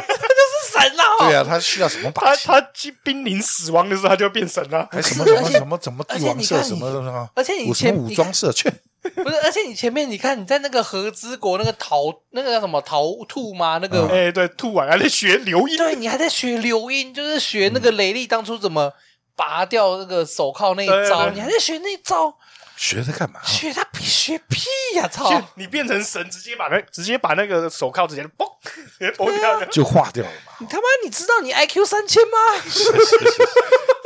是神了，
对啊，他需要什么霸
他
气？
他濒临死亡的时候他就变神了，
还什么什么
而且
什么什么
而
帝
且
王
你
社
看
什
你
么什么，
而且你
我什
前
么武装社去？
不是，而且你前面你看你在那个和之国那个桃那个叫什么桃兔吗？那个、
哎，对，吐完还在学留音，
对你还在学流音，就是学那个雷利当初怎么拔掉那个手铐那一招，
对对对
你还在学那一招，
学它干嘛？
学他屁学屁呀、操！
就你变成神，直接把那哦哎啊直接把那个手铐直接嘣， 直接崩掉的，
就化掉了嘛。
你他妈你知道你 IQ 三千吗？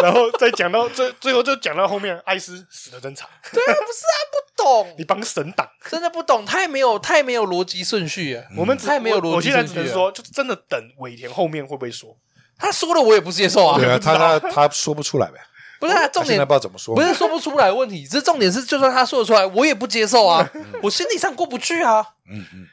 然后再讲到最最后就讲到后面，艾斯死的真惨，
对啊，不是啊，不懂，
你帮神挡。
真的不懂，太没有太没有逻辑顺序了。
我们只
太没有
我
逻
我
辑
现在
顺
只
序啊
能
啊
了
说，就真的等尾田后面会不会说，
他说了我也不接受啊，
对啊，他他他说不出来呗。
不是啊，
他
重
现在
点
不知道怎么说。
不是说不出来的问题，这重点是就算他说得出来，我也不接受 啊，
嗯
我心理上过不去啊。嗯嗯，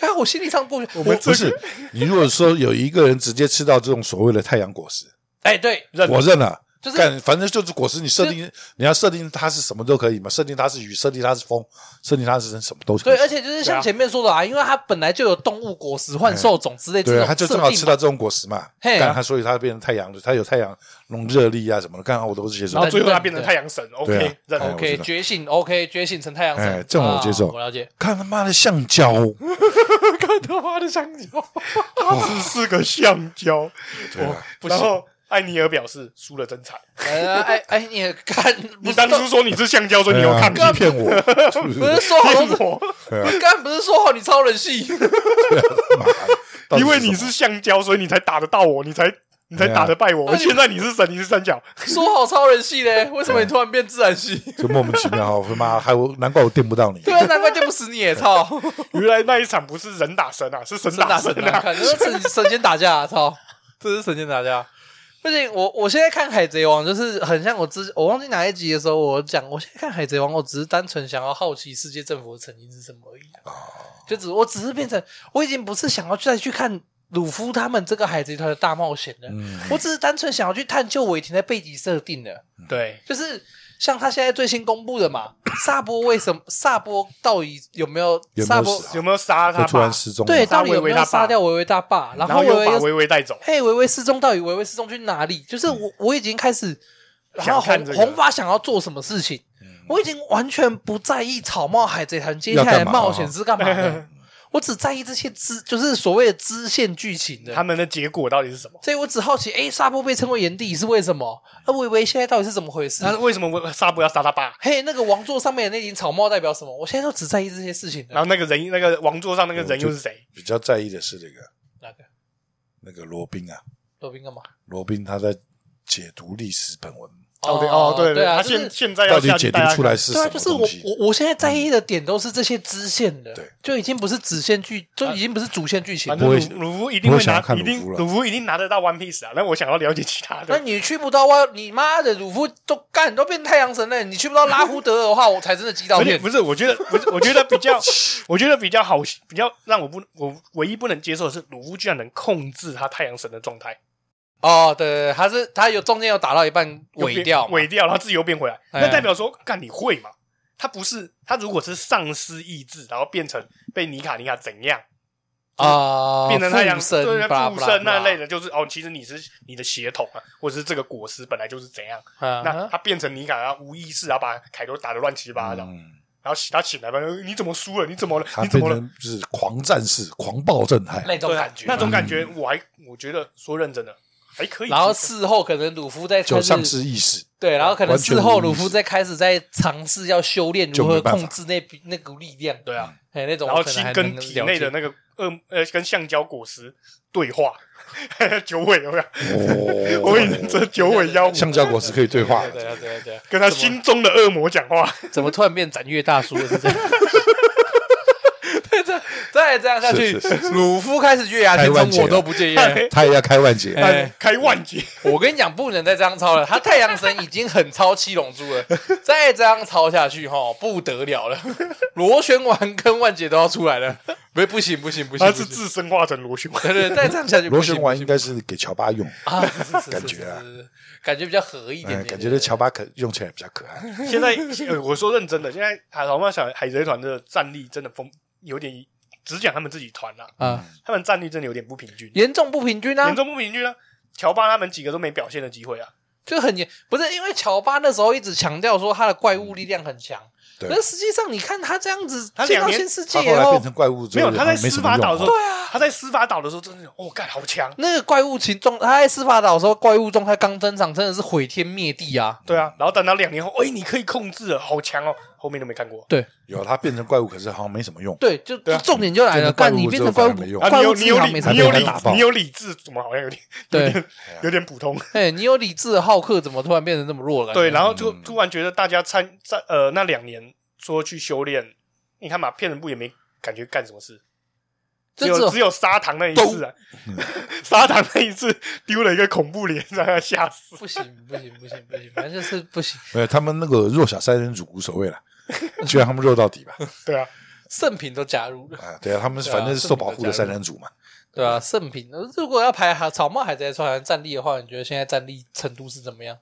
对啊，我心理上过不去。我
不是，你如果说有一个人直接吃到这种所谓的太阳果实，
哎，对，
认
我认了。
就是
干，反正就是果实，你设定你要设定它是什么都可以嘛，设定它是雨，设定它是风，设定它是什么都可
对，
以。
而且就是像前面说的啊，因为他本来就有动物果实、幻兽种之类这
对啊，
种
他就
设
正好
定
吃
嘛
到这种果实嘛，
嘿啊
干他，所以他变成太阳，他有太阳容热力啊什么的，干我都不接受
然。后最后他
认
变成
对
太阳神
对
，OK，
啊
认
哎我知
OK
道
觉醒 OK 觉醒成太阳
哎
神，
这种我接受
啊我了解。
看他妈的橡胶，
看他妈的香蕉，
他只哦是个橡胶。哦
对啊，
不
然
行！
后艾尼尔表示输了真惨，
哎哎哎，你也看，不
你
是
当
都
初说你是橡胶，所以你
对
有
啊
看
你
不起
骗 我，是不是
不是说 好都是
我，
干不是说好你超人系？
妈的 到底
因为
什
你
么
是橡胶，所以你才打得到我，你才你才
对啊
打得败我。
那你
现在你是神，你是三角，
说好超人系嘞，为什么你突然变自然系？
就莫名其妙，我他妈还我难怪我电不到你，
对啊，难怪见不死你也操，
原来那一场不是人打神啊，是神
神打
打
神啊，
啊。
看这是神 神仙打架啊，操，这是神仙打架。不行，我我现在看《海贼王》就是很像我之我忘记哪一集的时候我讲，我现在看《海贼王》，我只是单纯想要好奇世界政府的成因是什么而已啊、就只我只是变成我已经不是想要再去看鲁夫他们这个海贼团的大冒险了，我只是单纯想要去探究尾田的背景设定了。
对，
就是像他现在最新公布的嘛， 萨波为什么萨波到底有没有
有没有
萨波
死啊
有没有杀他
就突然
爸？
失踪了。
对
杀
到底有没
维维他
有
爸
杀掉维维大爸？
然
后维
又
维
把
又
微微带走。
嘿维维失踪，到底维维失踪去哪里？就是我我已经开始，然后
想看
红
这个嗯
红发想要做什么事情，我已经完全不在意草帽海贼团接下
要
来
干
的
嘛
冒险是干嘛
哦
的， 我只在意这些支就是所谓的支线剧情的
他。们的结果到底是什么？
所以我只好奇，哎，萨波被称为炎帝是为什么？而维维现在到底是怎么回事？
那为什么我沙布要杀他爸？
嘿，那个王座上面的那顶草帽代表什么？我现在都只在意这些事情
然
了。
后那个人，那个王座上那个人
就
又是谁？
比较在意的是这个
哪个？
那个罗宾啊，
罗宾干嘛？
罗宾他在解读历史本文，
哦对对
对啊，
他
就是
现现在要
到底
下
解
去
读
大家
出来是
对
什
啊，
么
就是我
东西？嗯
我我现在在意的点都是这些支线的，
对，
就已经不是主线剧，就已经不是主线剧情
啊反
了。
正
我
鲁
也
鲁夫一定会
我想
拿
要，看
一
鲁夫
定
了
鲁夫一定拿得到 One Piece 啊！那我想要了解其他
那
的，
你去不到哇，你妈的鲁夫都干你都变太阳神了，你去不到拉胡德尔的话，我才真的激到
而且
变。
不是，我觉得不是，我觉得比较， 我觉得比较好，比较让我不我唯一不能接受的是鲁夫居然能控制他太阳神的状态，
哦，对对对，他是他有中间有打到一半
又变
尾掉嘛，
尾掉，然后自己又变回来，
哎
那代表说干你会嘛？他不是他如果是丧失意志，然后变成被尼卡尼卡怎样？
啊，
变成太阳
附身，
对
巴拉
附
巴拉
身那类
的。
的，就是哦，其实你是你的血统啊，或者是这个果实本来就是怎样。那
那
他变成尼卡，然后无意识，然后把凯多打得乱七八糟，
嗯，
然后他醒来吧，呃你怎么输了？你怎么了？
他
你怎
变
么了？
成就是狂战士、狂暴震撼。
那种
对啊
感觉，
那种感觉，我还我觉得说认真的还可以。
然后
其实
事后可能鲁夫在
就
开
丧
始
失意识，
对，然后可能
完全
事后
无意
鲁夫
识
在开始在尝试要修炼
就
如何
没办法
控制那笔那股力量，
对啊，
哎，那种
然
我
后
可
其
能还
跟
能
体
了
内
解
的那个恶呃跟橡胶果实对话， 九尾有没有？
哦
我以为这九尾妖魔
橡胶果实可以对话
对啊对啊对啊，
跟他心中的恶魔讲话，
怎么突然变斩月大叔了？是这样。对这再这样下去
是是，
鲁夫开始月牙天
开万劫
中，我
了
都不介意。
他也要开万劫，
哎
开万劫，
我跟你讲，不能再这样抄了。他太阳神已经很超七龙珠了，再这样抄下去哈，不得了了。螺旋丸跟万劫都要出来了，不是不行不行不行，
他
不
是
行
自身化成螺旋丸。
对对，再这样下去不
螺
行，
旋丸应该是给乔巴用，
啊，是是
感
是
觉啊
是是感觉比较合一点
哎，
点，
感觉
对
这乔巴可用起来比较可爱。
现在、呃我说认真的，现在啊海老妈想海贼团的战力真的丰有点，只讲他们自己团啦、
对啊，
他们战力真的有点不平均，
严重不平均啊
严，重不平均啊！乔巴他们几个都没表现的机会啊，
就很严，不是因为乔巴那时候一直强调说他的怪物力量很强，
对
可是实际上，你看他这样子
他
见到
两年
新世界
他后来
哦
变，成怪物之
没
后，
有他在
好像没什
司
么
法
用
岛的时候，
哦
对啊，他在司法岛的时候真的，哦，干好强，
那个怪物情状，他在司法岛的时候，怪物状态刚登场，真的是毁天灭地啊！
对啊，然后等到两年后，哎，你可以控制了，好强哦，后面都没看过，
对
有他变成怪物，可是好像没什么用。
对，就
对啊
就重点就来了，
变成怪物
干你变成
之后
怪物
反而没，用
啊，你
怪
有
物
你
至
有
少
理
没，
才
你
什
有
么
被
理
他打
用，
爆，
你有理智，怎么好像有点
对，
有点普
嗯
通？
哎，你有理智的浩克，怎么突然变得那么弱了？
对，然后就突然觉得大家参在呃那两年说去修炼，你看嘛，骗人部也没感觉干什么事，只
就只
有
有
只有砂糖那一次啊， 砂糖那一次丢了一个恐怖脸让他吓死，
不行不行不行不行，反正就是不行。
没有他们那个弱小三人组无所 谓了，就让他们弱到底吧。
对啊，
圣品都加入了，
啊，对啊，他们
对啊
反正是受保护的三人组 嘛。
对啊，圣品呃如果要排海草帽海贼船战力的话，你觉得现在战力程度是怎么样？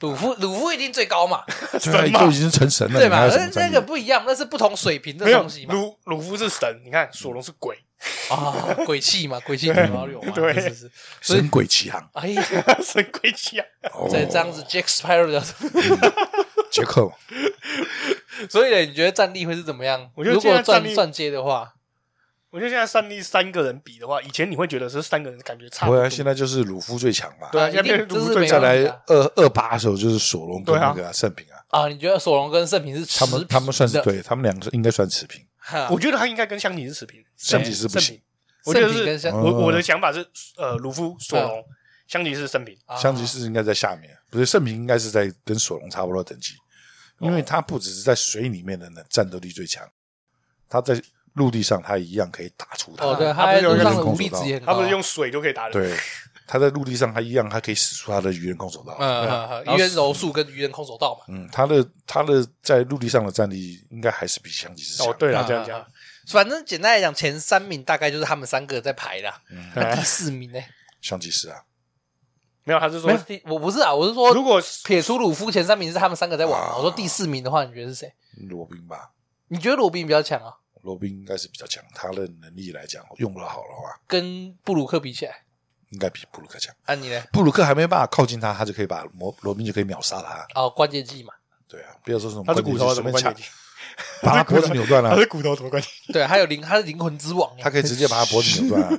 鲁夫
啊
鲁夫一定最高 嘛，
神
啊
嘛
都已经成神了，
对
你还
嘛？
有什
那
么战
那
力
个不一样，那是不同水平的
没有
东西嘛。
鲁鲁夫是神，你看索隆是鬼，
啊，鬼气嘛，鬼气五毛六嘛，
对
是是是。所以
神鬼奇航，
哎，
神鬼气啊，
哦
在这样子，Jack Sparrow 的，
杰克嘛，
所以呢，你觉得战力会是怎么样？
我觉得
如
现
果
在战
转
力
转接的话，
我觉得现在三力三个人比的话，以前你会觉得是三个人感觉差
不
不
会
多
啊，，现在就是鲁夫最强嘛。
对啊
啊，
现在变
一定
成
这
鲁
是
夫最
没
再
强，
来
问题啊
二二八的时候就是索隆跟那个啊圣平啊，
啊，你觉得索隆跟圣品是
他们
持平
他们算是
的，
对，他们两个应该算持平。
哈
我觉得他应该跟香缇是持平，
啊香缇是不
圣
行
品，嗯我觉得
圣品跟
是
香
我
哦
我的想法是呃鲁夫索隆香缇是圣品。
啊
香吉士应该在下面，不是圣平应该是在跟索隆差不多的等级，因为他不只是在水里面的能战斗力最强，他在陆地上他一样可以打出他。
哦，对，他
他不
在
是有
路
一个
上的
人工
武力
手
值
套
也很高
他
啊，
不是用水就可以打人，
对，他在陆地上他一样，他可以使出他的鱼人空手道。
嗯嗯嗯
然后
鱼人柔术跟鱼人空手道嘛。
嗯，他的他的在陆地上的战力应该还是比香吉士强。
哦，对
啊
了，这样讲，
反正简单来讲，前三名大概就是他们三个在排啦。那第
哎
四名呢？
香吉士啊，
没有，他是说
没有，，第我不是啊，我是说，
如果
撇除鲁夫前三名是他们三个在玩嘛。
啊
我说第四名的话，你觉得是谁？
罗宾吧，
你觉得罗宾比较强啊？
罗宾应该是比较强，他的能力来讲，用的好的话，
跟布鲁克比起来，
应该比布鲁克强。
啊 你呢？
布鲁克还没办法靠近他，他就可以把罗罗宾就可以秒杀他。
哦，关键技嘛，
对啊，不要说什么
他是
关
骨
节
头啊
就
什
随
么
便
关
掐
节，
把他脖子扭断了、
他 是骨头什么关节？
对，啊还有灵，他是灵魂之王耶，欸
他可以直接把他脖子扭断、 啊，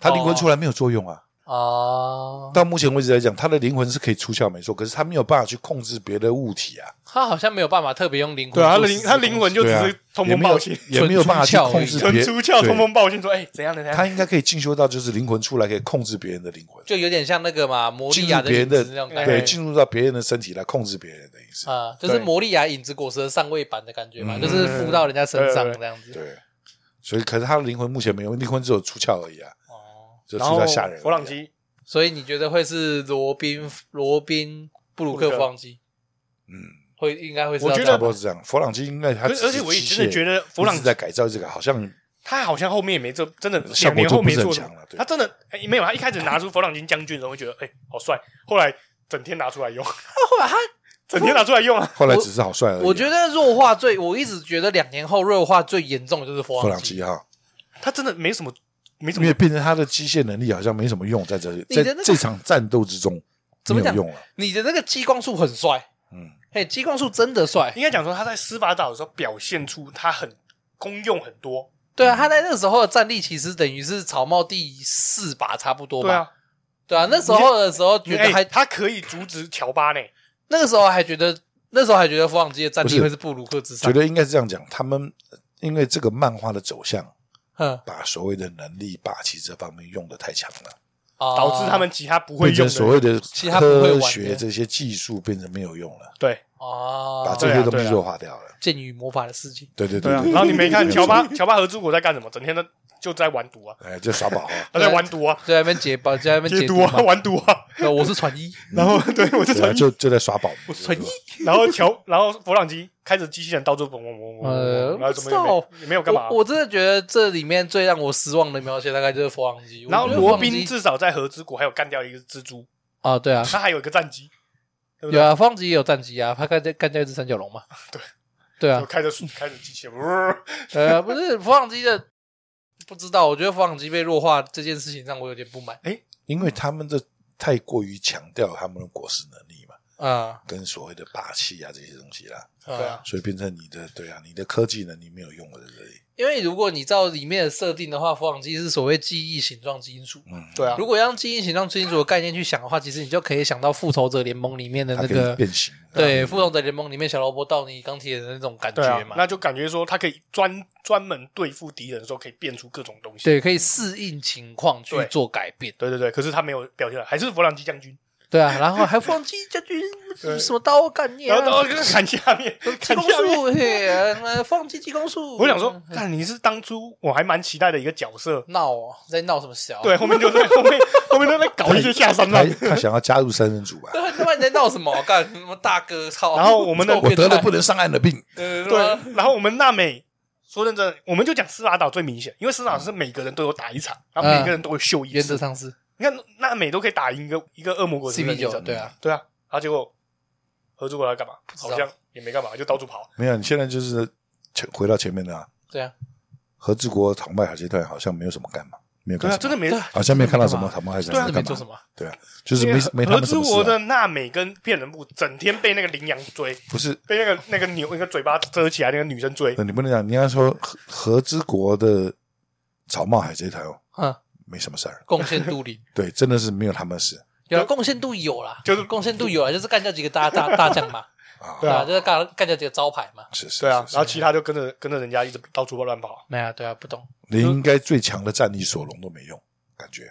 他灵魂出来没有作用啊。
哦，
到目前为止来讲，他的灵魂是可以出窍没错，可是他没有办法去控制别的物体啊，
他好像没有办法特别用灵魂
对啊，他
做
灵
实质
他
攻击
灵魂就只
对啊
是通
也
风
没
报
有
信，
也没有办法去控制
纯
别
出窍，通
对
风报信说，哎，怎样的怎样
他应该可以进修到就是灵魂出来可以控制别人的灵魂，
就有点像那个嘛，魔
进
力
入
亚的影
别人的
子那种感
对
觉，
进入到别人的身体来控制别人的意思。
啊，就是
对
魔力亚影子果实的上位版的感觉嘛，
嗯
就是附到人家身上
对对对
这样子。
对，所以可是他的灵魂目前没有，灵魂只有出窍而已啊，
哦，
就出
然后
到吓人而已啊。
弗朗基，
所以你觉得会是罗宾、罗宾、布鲁克、
布鲁克
弗朗基？
嗯，
会应该会是
我
要
觉
这
得
差
样
不多是这样。弗朗基应该他
而
只是
而且我也
机械
真的觉得弗朗
一直在改造这个，好像
他好像后面也没做，真的
呃效
两
果
年
就
后
不
没
是很
做什
强
么
了。对
他，真的哎没有，他一开始拿出弗朗金将军的时候会觉得，哎，好帅，后来整天拿出来用，
后来他
整天拿出来用啊，
后来只是好帅而已啊。
我觉得弱化最，我一直觉得两年后弱化最严重的就是弗
弗
朗
朗
基。
啊
基哈，
他真的没什么没什
因为
么，
变成他的机械能力好像没什么用，在这里
你的
在
那个
这场战斗之中
怎
没
么
有
讲
用了。
你的那个激光术很帅，
嗯，
嘿，激光术真的帅。
应该讲说他在司法岛的时候表现出他很功用很多，
对啊，他在那个时候的战力其实等于是草帽第四把差不多吧？
对
对
啊，
啊，那时候的时候觉得还
哎，他可以阻止乔巴呢，
那个时候还觉得那时候还觉得弗朗基的战
不
力
是
会是布鲁克之上
觉，得应该是这样讲，他们呃因为这个漫画的走向，
嗯，
把所谓的能力、霸气这方面用的太强了，
啊
导致他们其他不会
变
用
成
的
所谓的
其他不会玩的
科学这些技术变成没有用了，
对。
啊
把
这
这些东
对
西
啊
弱化掉了。
剑与魔法的世界。
对对
对啊，
对。
然后你没看
对
乔巴，乔巴和诸国在干什么？整天都就在玩毒啊，
哎，就耍宝啊
，他在玩毒 啊，
在那边解包，在那边
解
解
毒
嘛
啊，。玩毒啊。
呃我是传 一，
然后对我就
对啊，
传，
就就在耍宝。
传一，
然后乔，然后弗朗基开着机器人到处嗡嗡嗡嗡
呃
嗡，然后怎么也
不知
没也没有干嘛
我。我真的觉得这里面最让我失望的描写大概就是弗朗基。
然后
我觉得
罗
弗朗
宾
基
至少在和之国还有干掉一个蜘蛛，
啊，对啊，
他还有一个战机，对不
有
对？
啊，弗朗基也有战机啊，他干掉干掉一只三角龙嘛。
对，
对
就
啊，
开着开着机器人，呜
呃，不是弗朗基的，不知道，我觉得弗朗基被弱化这件事情让我有点不满。
因为他们的太过于强调他们的果实能力嘛，
啊
跟所谓的霸气啊这些东西啦，
对
啊
啊，
所以变成你的对啊，你的科技能力没有用了在这里，
因为如果你照里面的设定的话，佛朗机是所谓记忆形状金属。
嗯，
对啊，
如果要用记忆形状金属的概念去想的话，其实你就可以想到复仇者联盟里面的
它
那
可以
个，
变形，
对复仇者联盟里面小萝卜到你钢铁的那种感
对啊
觉，嘛。
那就感觉说他可以专专门对付敌人的时候，可以变出各种东西。
对，可以适应情况去
对
做改变。
对对对，可是他没有表现出来，还是弗朗机将军，
对 啊，然后还放机将军
对
什么刀干你
然
啊
后然后就是砍下 面，
技
砍
工
下面。
术，嘿，呃放弃技工术。
我想说，
嗯
看你是当初我还蛮期待的一个角 色，
闹哦，在闹什么小？
对，后面就在后面后面都在搞一些下三滥
他，他想要加入三人组吧，
对啊， 他妈你在闹什么？干什么大哥操！
然后 我们的
臭
我
变
得了
态
不能上岸的病，
对对
对，然后我们娜 美，说认真的，我们就讲斯拉岛最明显，因为斯拉岛是每个人都有打一场，然后每个人都会秀一
嗯原则
次。
上是
你看娜美都可以打赢一个一个恶魔果实
CP
忍
九
者，，
对啊，
对啊，然后结果合作过来干嘛？
知道
好像也没干嘛，就到处跑。
没有，你现在就是前回到前面的啊，
对啊，
和治国讨卖海贼团好像没有什么干嘛，没有
对
干
啊，
什
真
么，
的没
对啊
好像没有看到什么讨卖海贼
真的
团
没
干
做
嘛
什，么。
对啊，就是
因
没
为
没他
和
们
之
什么
国
事、啊，
的娜美跟骗人部整天被那个羚羊追，
不是
被那个那个牛那个嘴巴遮起来那个女生追，
呃，你不能讲，你要说和和之国的草帽海贼团哦，
嗯，
没什么事儿，
贡献度 里
对，真的是没有他们的事
有啦贡献度有啦，
就是
贡献度有啦，就是干掉几个大大大将嘛，
啊，
对啊
啊，就是干干掉几个招牌嘛。
是是，
对啊，
是是
然后其他就跟着跟着人家一直到处乱跑。
没有，对啊，不懂。
连应该最强的战力索隆都没用，感觉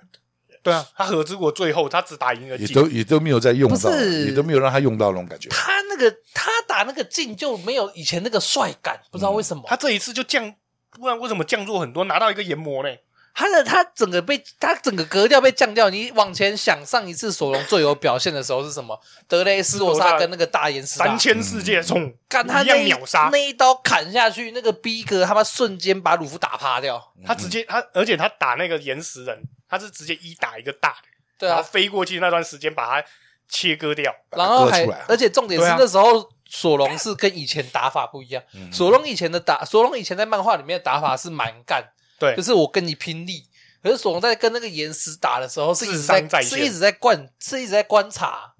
对啊，他和之国最后他只打赢了
也
几
都也都没有在用到，
不是
也都没有让他用到那种感觉，
他那个他打那个劲就没有以前那个帅感，不知道为什么。
他这一次就降，不然为什么降弱很多，拿到一个研磨呢？
他的他整个被他整个格调被降掉。你往前想，上一次索隆最有表现的时候是什么？德雷斯罗萨跟那个大岩石啊
三千世界冲，
干他
一
那
样
一
秒杀
那。一刀砍下去，那个逼格他妈瞬间把鲁夫打趴掉。
他直接他，而且他打那个岩石人，他是直接一打一个大的，
对
然
啊，
后飞过去那段时间把他切割掉。
然后
把它
还
割出来
而且重点是
对啊
那时候索隆是跟以前打法不一样。
嗯
索隆以前的打，索隆以前在漫画里面的打法是蛮干，
对
就，是我跟你拼力。可是索隆在跟那个岩石打的时候，是一直
智商在线
是一直在观，是一直在观察。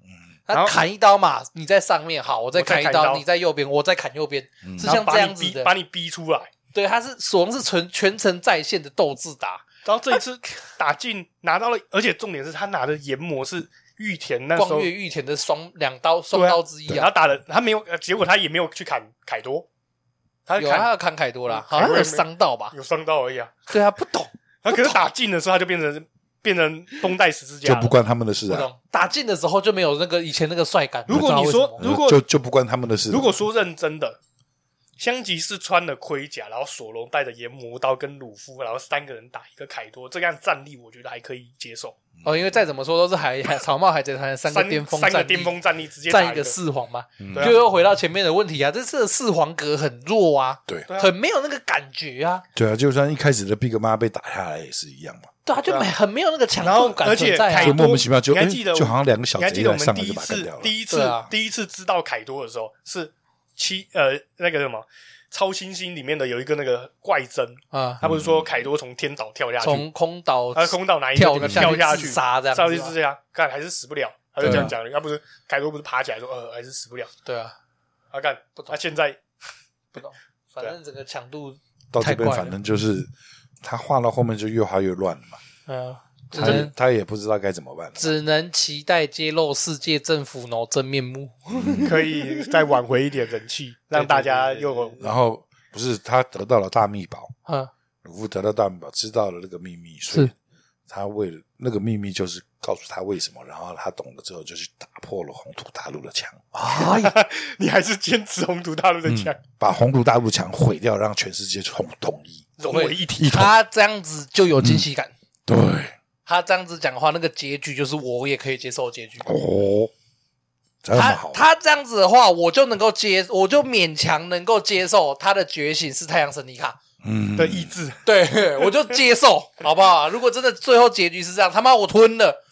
然
他
后
砍一刀嘛，你在上面，好，我再
我再
砍一
砍一
刀，
刀嗯
你在右边，我再砍右边，是
然
像
后
这
把
样
你
子
逼，
的
把。你逼出来。
对，他是索隆是全全程在线的斗智打，
然后这一次打进拿到了， 而且重点是他拿的研磨是玉田那时
光
候
月，玉田的双两刀双
对啊
刀之一
然
啊
后。打了他没有，呃结果他也没有去砍凯多，他
有啊，他
砍嗯
有砍凯多啦，好
凯多
像有
也没
伤到吧？
有伤到而已啊。
对啊，不懂
他可是打进的时候，他就变成变成绷带十字架
就
了
不。关他们的事
不
啊，
懂，打进的时候就没有那个以前那个帅感。
如果
不
你
知道为
说
什么
如果
嗯就就不关他们的事，啊
如果说认真的，香吉士穿了盔甲，然后索隆带着研磨刀跟鲁夫，然后三个人打一个凯多，这样战力我觉得还可以接受。
哦，因为再怎么说都是海海草帽海贼团的三
三
个巅峰
三
战
个
力
巅峰战力直接打
占一
个
个四皇嘛，
对
就
啊
又回到前面的问题啊，这次的四皇格很弱啊，
对
对啊
很没有那个感觉啊，
对啊，就算一开始的 Big 妈被打下来也是一样嘛，
对啊，就没
对
很没有那个强
然后
度感
而且
存在
凯
就
啊
多。
莫名其妙就
你还
哎
记得我
就好像两个小
你还
贼
记得
来
我
上
们
来
第一
就把他干
次
掉了，
第一
对
次、
啊
第一次知道凯多的时候是七呃那个什么超新星里面的有一个那个怪珍，
啊，
他不是说凯多从天岛跳下去，
从空岛
他空岛哪一个
跳
地方
下
跳下
去
去
自杀这样子
上
啊
去是这样，看还是死不了，他就这样讲的。他不是凯多不是爬起来说呃还是死不了，
对啊，
他看
不懂
他现在
不懂，
啊
反正整个强度，
到这
太
边
快了
反正就是他画到后面就越画越乱了嘛，
嗯，只
啊
他
能
他也不知道该怎么办了。
只能期待揭露世界政府脑真面目。
可以再挽回一点人 气，让大家又有
然后不是他得到了大秘宝，
嗯，
鲁夫得到大秘宝，知道了那个秘密，所以
是
他为了那个秘密就是告诉他为什么，然后他懂了之后就去打破了红土大陆的墙，
哎，
你还是坚持宏图大陆的强，
把红土大陆墙毁掉，让全世界统统一。
融为一体。
他这样子就有惊喜
嗯
感。
对，
他这样子讲的话，那个结局就是我也可以接受的结局。
哦，这么
他
啊
好，
他这样子的话，我就能够接，我就勉强能够接受他的觉醒是太阳神尼卡，
嗯
的意志，
对我就接受，好不好？如果真的最后结局是这样，他妈我吞了，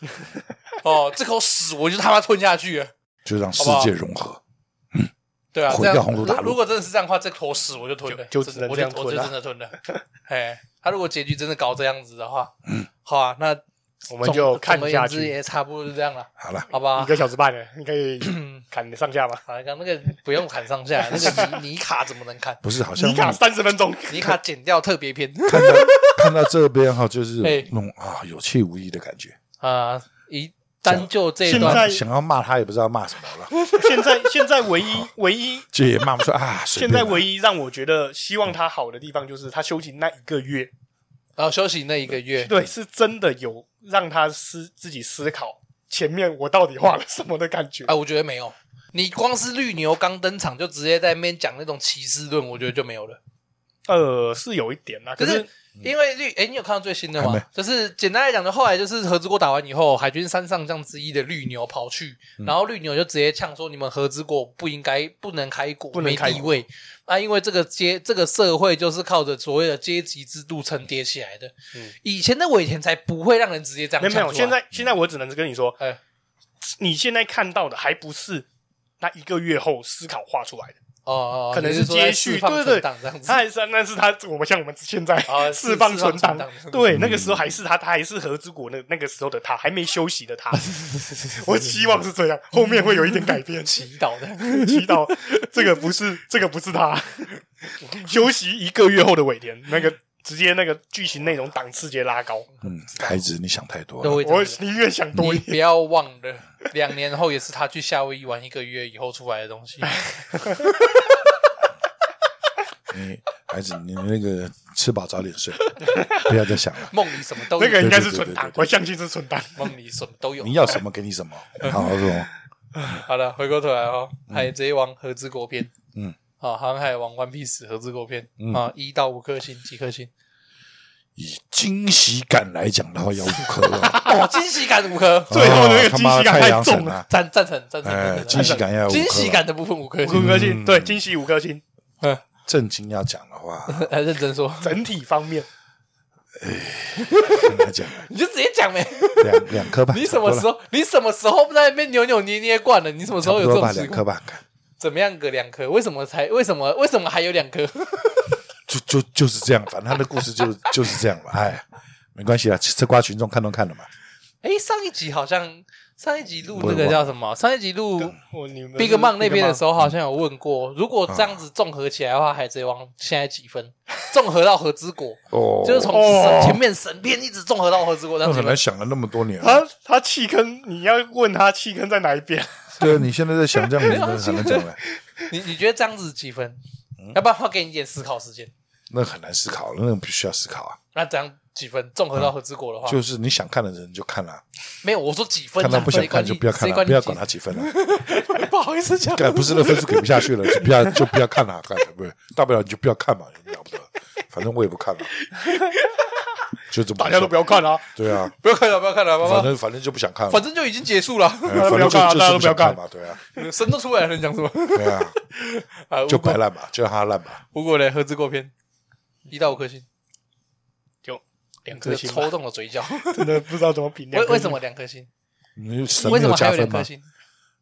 哦，这口屎我就他妈吞下去了，
就让世
好不好
界融合。
对啊，
毁
这样
掉红土大陆
如如果真的是这样的话，这口屎我就吞了，
就就只能
真的
这样
我就我
吞
就
啊
真
嗯
的吞了。哎，他如果结局真的搞这样子的话，好啊，那
我们就
总
看
总而
下
言之
去
也差不多是这样了，
好了，
好吧
一？个小时半了，你可 以砍上下吧。
反正刚那个不用砍上下，那个 尼尼卡怎么能砍？
不是好像
你卡三十分钟，
尼卡剪掉特别篇
看到看到这边哈，就是
哎
那种啊有气无力的感觉，
啊，一单就这一
现在
段，
想要骂他也不知道骂什么了，
现在现在唯一唯一
就也骂不 出啊。随
现
便
在
啦
唯一让我觉得希望他好的地方，就是他休息那一个月，
然后休息那一个月，
对，是真的有让他思自己思考前面我到底画了什么的感觉
啊
哎，。我觉得没有。你光是绿牛刚登场就直接在那边讲那种歧视论，我觉得就没有了。
呃，是有一点啦，可
可是
是
因为绿，哎，你有看到最新的
还
吗
没？
就是简单来讲的，后来就是和之国打完以后，海军三上将之一的绿牛跑去，
嗯
然后绿牛就直接呛说：“你们和之国不应该不能开国，
不能开
没
国
地位。”啊，因为这个阶这个社会就是靠着所谓的阶级制度层叠起来的。
嗯
以前的尾田才不会让人直接这样
没有
呛
没有，
出来
现在现在我只能跟你说，
哎
你现在看到的还不是那一个月后思考画出来的，
哦哦，哦
可能
你
是
是说在
接续
释放
对
存
对
档这样子
他。还是那是他我们像我们现在
啊
释
释
放
嗯释放
存档
存档，嗯
对，那个时候还是他，他还是和之国那那个时候的他，还没休息 的他，我希望是这样，后面会有一点改变。
祈祷 的，
祈祷这个不是这个不是 他，休息一个月后的尾田，那个直接那个剧情内容档次直接拉高，
嗯，孩子你想太多
都
了，
会这
我
样
会
子。
宁愿想多一
你
点。
不要忘了，两年后也是他去夏威夷玩一个月以后出来的东 西。
你孩子你那个吃饱早点 睡，不要再想了，
梦里什么都有，
那个应该是
对对对
存档
对对，对
我相信是存档。
梦里什么都有
你。要什么给你什么，好好说。
好了，回过头来哦，《海贼王》和之国篇，
嗯，
啊，《航海王》One Piece 和之国篇，啊，一到五颗星，几颗星？
以惊喜感来讲的话，要五 颗了，
哦，惊喜感五颗，
最后那个
哦他妈
惊喜感
太阳
太重
神
了
啊了，
赞赞成赞成赞
哎，
成，
惊喜感要有五颗
惊
了
喜感的部分五颗
五
星。
颗星，对，惊喜五颗星，
嗯，
正经要讲的话，
来认真说，
整体方面
跟他讲
你就直接讲 呗。
两两颗吧。
你什么时
差
候？你什么时候在那边扭扭捏捏惯了？你什么时候
不
有这
多吧？差不多
种情况？
吧，两颗吧，看
怎么样个两颗？为什么才？为什么？为什么还有两颗？
就就就是这样，反正他的故 事就就是这样吧。哎，没关系啊，吃吃瓜群众看都看了嘛。
哎，上一集好像上一集录
我
那
也
个
忘
叫什么？上一集录
我哦你们
Big Man 那边的时
候，
候，好像有问过，如
啊
果这样子综合起来的话，《海贼王》现在几分？综合到和之国，
哦，
就是从
哦
神前面神片一直综合到和之国，这样
我
子啊
很。难想了那么多年。
他他弃坑，你要问他弃坑在哪 一边？
对，你现在在想这样，你真的很难讲了，
你你觉得这样子几分？要不然我给你一点思考时间。
那很难思考了，那必须要思考啊。
那怎样几分？综合到和之国
啊
的话，
嗯就是你想看的人就看了，
没有我说几分啊？
看到不想
谁
看
管
就
你
不要看
谁
了，
管你
不要
几
管他几分 了。
分不好意思 讲，
干不是那分数给不下去了，就不要就不要 看了，干不是，大不了你就不要看嘛，有什么了不得？反正我也不 看了，就这么
大家都不要看啊！
对啊，
不要看了，不要看了，妈
反
妈，
正反正就不想看了，
反正就已经结束了，
哎反
不
正
要
就
看啊
就
大家都
是不
不要
想
看
嘛，对啊，
神都出来了，你讲什么？
对啊，
啊，
就
无果
摆烂嘛，就让它烂嘛。
无果嘞，和之国篇一到五颗星，
就两
这
颗
个
星吧，
抽动了嘴角。
真的不知道怎么评。
为为什么？两颗星？
你们神
为
没
什
有
么还
加
有两
分吗
颗？星？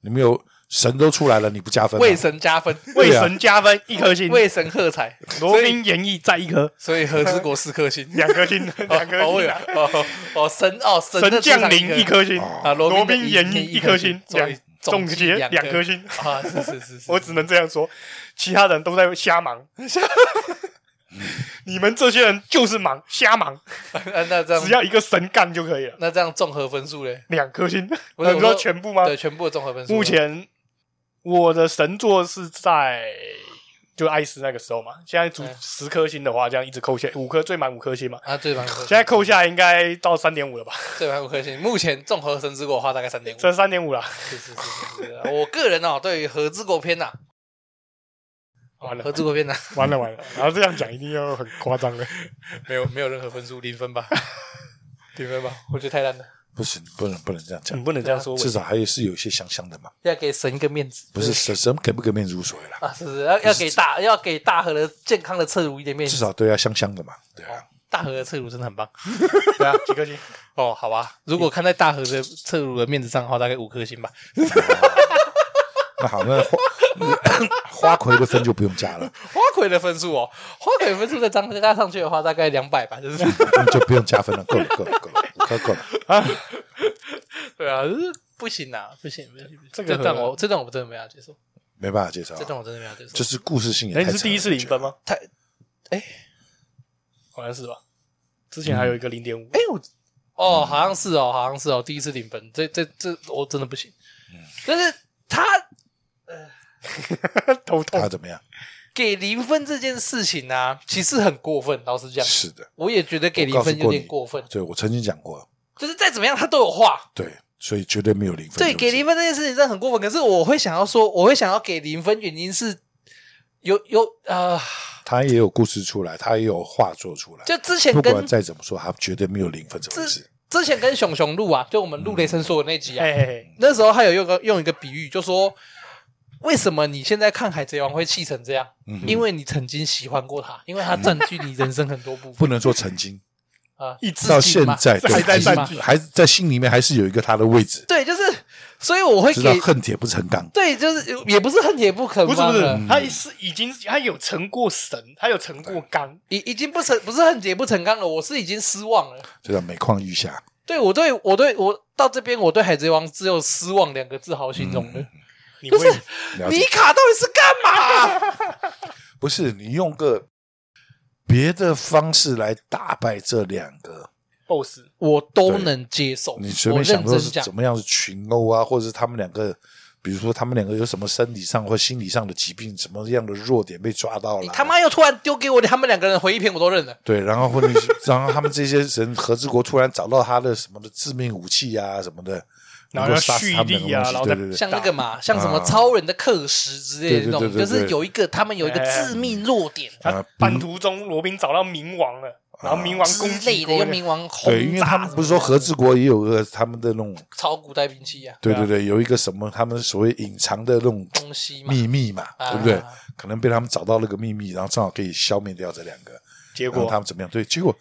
你们有神都出来了，你不加分吗？
为神加 分，
为神加分一颗星，
为神喝彩，
罗
所以
宾演绎再一颗，，
所以和之国四颗星
两颗星，两颗
哦我
星
有
啊，
哦哦神哦神的
神降临
一
一颗星，
啊，罗
罗
宾
宾演绎
一
一颗星，
总
两总
计
结
两
两颗星。
啊，是是是是，
我只能这样说，其他人都在 瞎忙，你们这些人就是忙，瞎忙，
啊那这
只
样
要一个神干就可以了，
那这样综合分数嘞，
两颗星。
不是
你说
我说
全部吗？
对全部的综合分数，
目前我的神作是在就艾斯那个时候嘛，现在足
嗯
十颗星的话，这样一直扣下五颗，最满五颗星嘛。
啊最满五颗星
现在扣下来应该到三点五了吧？
最满五颗星，目前综合神之国的话大概三点五，
这三点五了，
是是是是是，我个人哦对于和之国篇呐，
完了
和之国篇呐，
完了完了。然后这样讲一定要很夸张的，
没有没有任何分数，零分 吧，零分吧，我觉得太烂了，
不行，不能不能这样
你
讲，
不能这样说我。
至少还有是有一些香香的嘛。
要给神一个面子，
不是神神给不给面子无所谓了，
啊，是是要要给大要给大河的健康的侧乳一点面
至
子。
少都要香香的嘛。对啊，
大河的侧乳真的很棒
对啊，几颗星？
哦，好吧，如果看在大河的侧乳的面子上的话，大概五颗星吧。
那好，那花 花魁的分就不用加了。
花魁的分数哦，花魁的分数再加再加上去的话，大概两百吧，就是
就不用加分了，够了，够了，够了。快滚！
对啊，就是 不行啊，不行，不行，不行
这个
段
很
我这段我真的没法接受，
没办法介绍啊，
这段我真的没法接受，
就是故事性也
哎，
太
你
长了。
是第一次零分吗？
太，哎、
好像是吧？之前还有一个零点五
哎、，我哦，好像是哦，好像是哦，第一次领分，这这这我真的不行。
嗯
但是他
哎头
我觉得？
痛
他。怎么样？
给零分这件事情啊，其实很过分，老实讲，
是的，
我也觉得给零分有点过分，
对我曾经讲过，
就是再怎么样他都有话。
对，所以绝对没有零分。
对，给零分这件事情真的很过分。可是我会想要说，我会想要给零分，原因是有有呃，
他也有故事出来，他也有画作出来。
就之前
不
跟
管再怎么说，他绝对没有零分这回
之
事。
之前跟熊熊录啊，就我们录雷神说的那集啊，
哎哎，哎
那时候他有用个用一个比喻，就说为什么你现在看《海贼王》会气成这样？
嗯
因为你曾经喜欢过他，因为他占据你人生很多部分
不能说曾经，
啊。
一直
到
至今
现
嘛
在
还在
对
占
还
据
是还是在心里面还是有一个他的位置，
对，就是，所以我会
知道
给
恨铁不成钢。
对，就是也不是恨铁不成
不是不
钢了
是，，他是已经他有成过神，他有成过钢，
已已经不成不是恨铁不成钢了，我是已经失望了。
就叫每况愈下。
对我对我对我到这边，我对《海贼王》只有失望两个字好形容的。
你
不
会
是
嗯了
米
解，
卡到底是干嘛？
不是你用个别的方式来打败这两个，
boss
我都能接受，
你随
我
便
认
想说
真
是
讲，
怎么样是群殴啊，或者是他们两个，比如说他们两个有什么生理上或心理上的疾病，什么样的弱点被抓到
你
了啊，
他妈又突然丢给我他们两个人的回忆片，我都认了。
对，然后或者是然后他们这些人和之国突然找到他的什么的致命武器啊什么的，
然后
能够
要
杀死他们两
蓄力
个
啊
东西
然后
对
再
对对，啊
像那个嘛，像什么超人的克时之类的那
对
种，
对对
就
对对哎
是有一个他们有一个致命弱点
他
啊
半途中罗宾找到冥王了，然后冥王
之
攻
类
击
的，用
过
冥王轰炸
对，因为他们不是说和之国也有个他们的那种，
超古代兵器啊
对
对啊
对对，有一个什么他们所谓隐藏的那种
东西嘛，
秘密嘛，
啊
对不对？可能被他们找到那个秘密，然后正好可以消灭掉这两个，
结
结果他
果
们怎么样？对，结果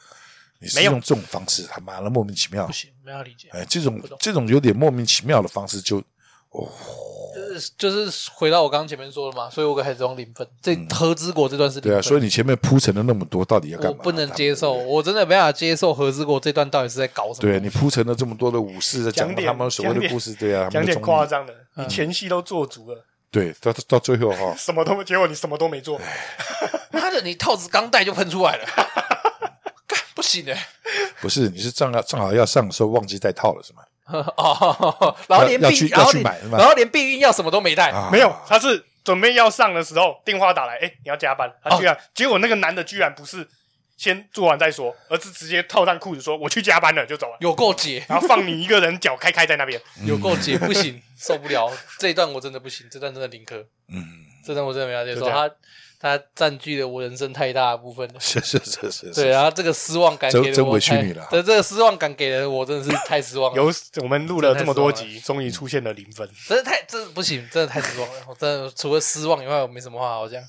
你是
没有
用这种方式，他妈的莫名其妙
不，行，没有理解，
哎，这种
不懂
这种有点莫名其妙的方式就
就是就是回到我刚刚前面说的嘛，所以我给海贼王零分，这和之国这段是零
嗯对啊，
分，
所以你前面铺陈了那么多，到底要干
我
嘛？啊
不能
他们
接受，我真的没办法接受和之国这段到底是在搞什么。
对你铺陈了这么多的武士，
讲
讲
点
他们所谓的故事，对啊，他
讲
们
点
的综艺
夸张的，
嗯
你前戏都做足了，，
对，到到最后哈
什么都结果你什么都没做，
妈的，你套子刚戴就喷出 来了，干不行哎、
不是你是正好正好要上的时候忘记带套了是吗？
哦，然后连
要要
避，
去
然后
要去
连
买是吗
然后连避孕药什么都没带，
啊，
没有，他是准备要上的时候电话打来，哎，你要加班，他居
哦
然结果那个男的居然不是先做完再说，而是直接套上裤子说我去加班了就走 了，
有够解。
然后放你一个人脚开开在那边，
嗯
有够解，不行，受不了这一段我真的不行，这段真的零颗，
嗯，
这段我真的没法接受，
就这
他
样
他占据了我人生太大的部分了。
是是是是，
对，
啊，
然后这个失望感
真
给了
真
我
委屈
太
你了
对，这个失望感给了我真的是太失 望了，
有我们录了这么多集，终于出现了零分，
真的太真的不行，真的太失望 了。我真的除了失望以外，我没什么话好讲。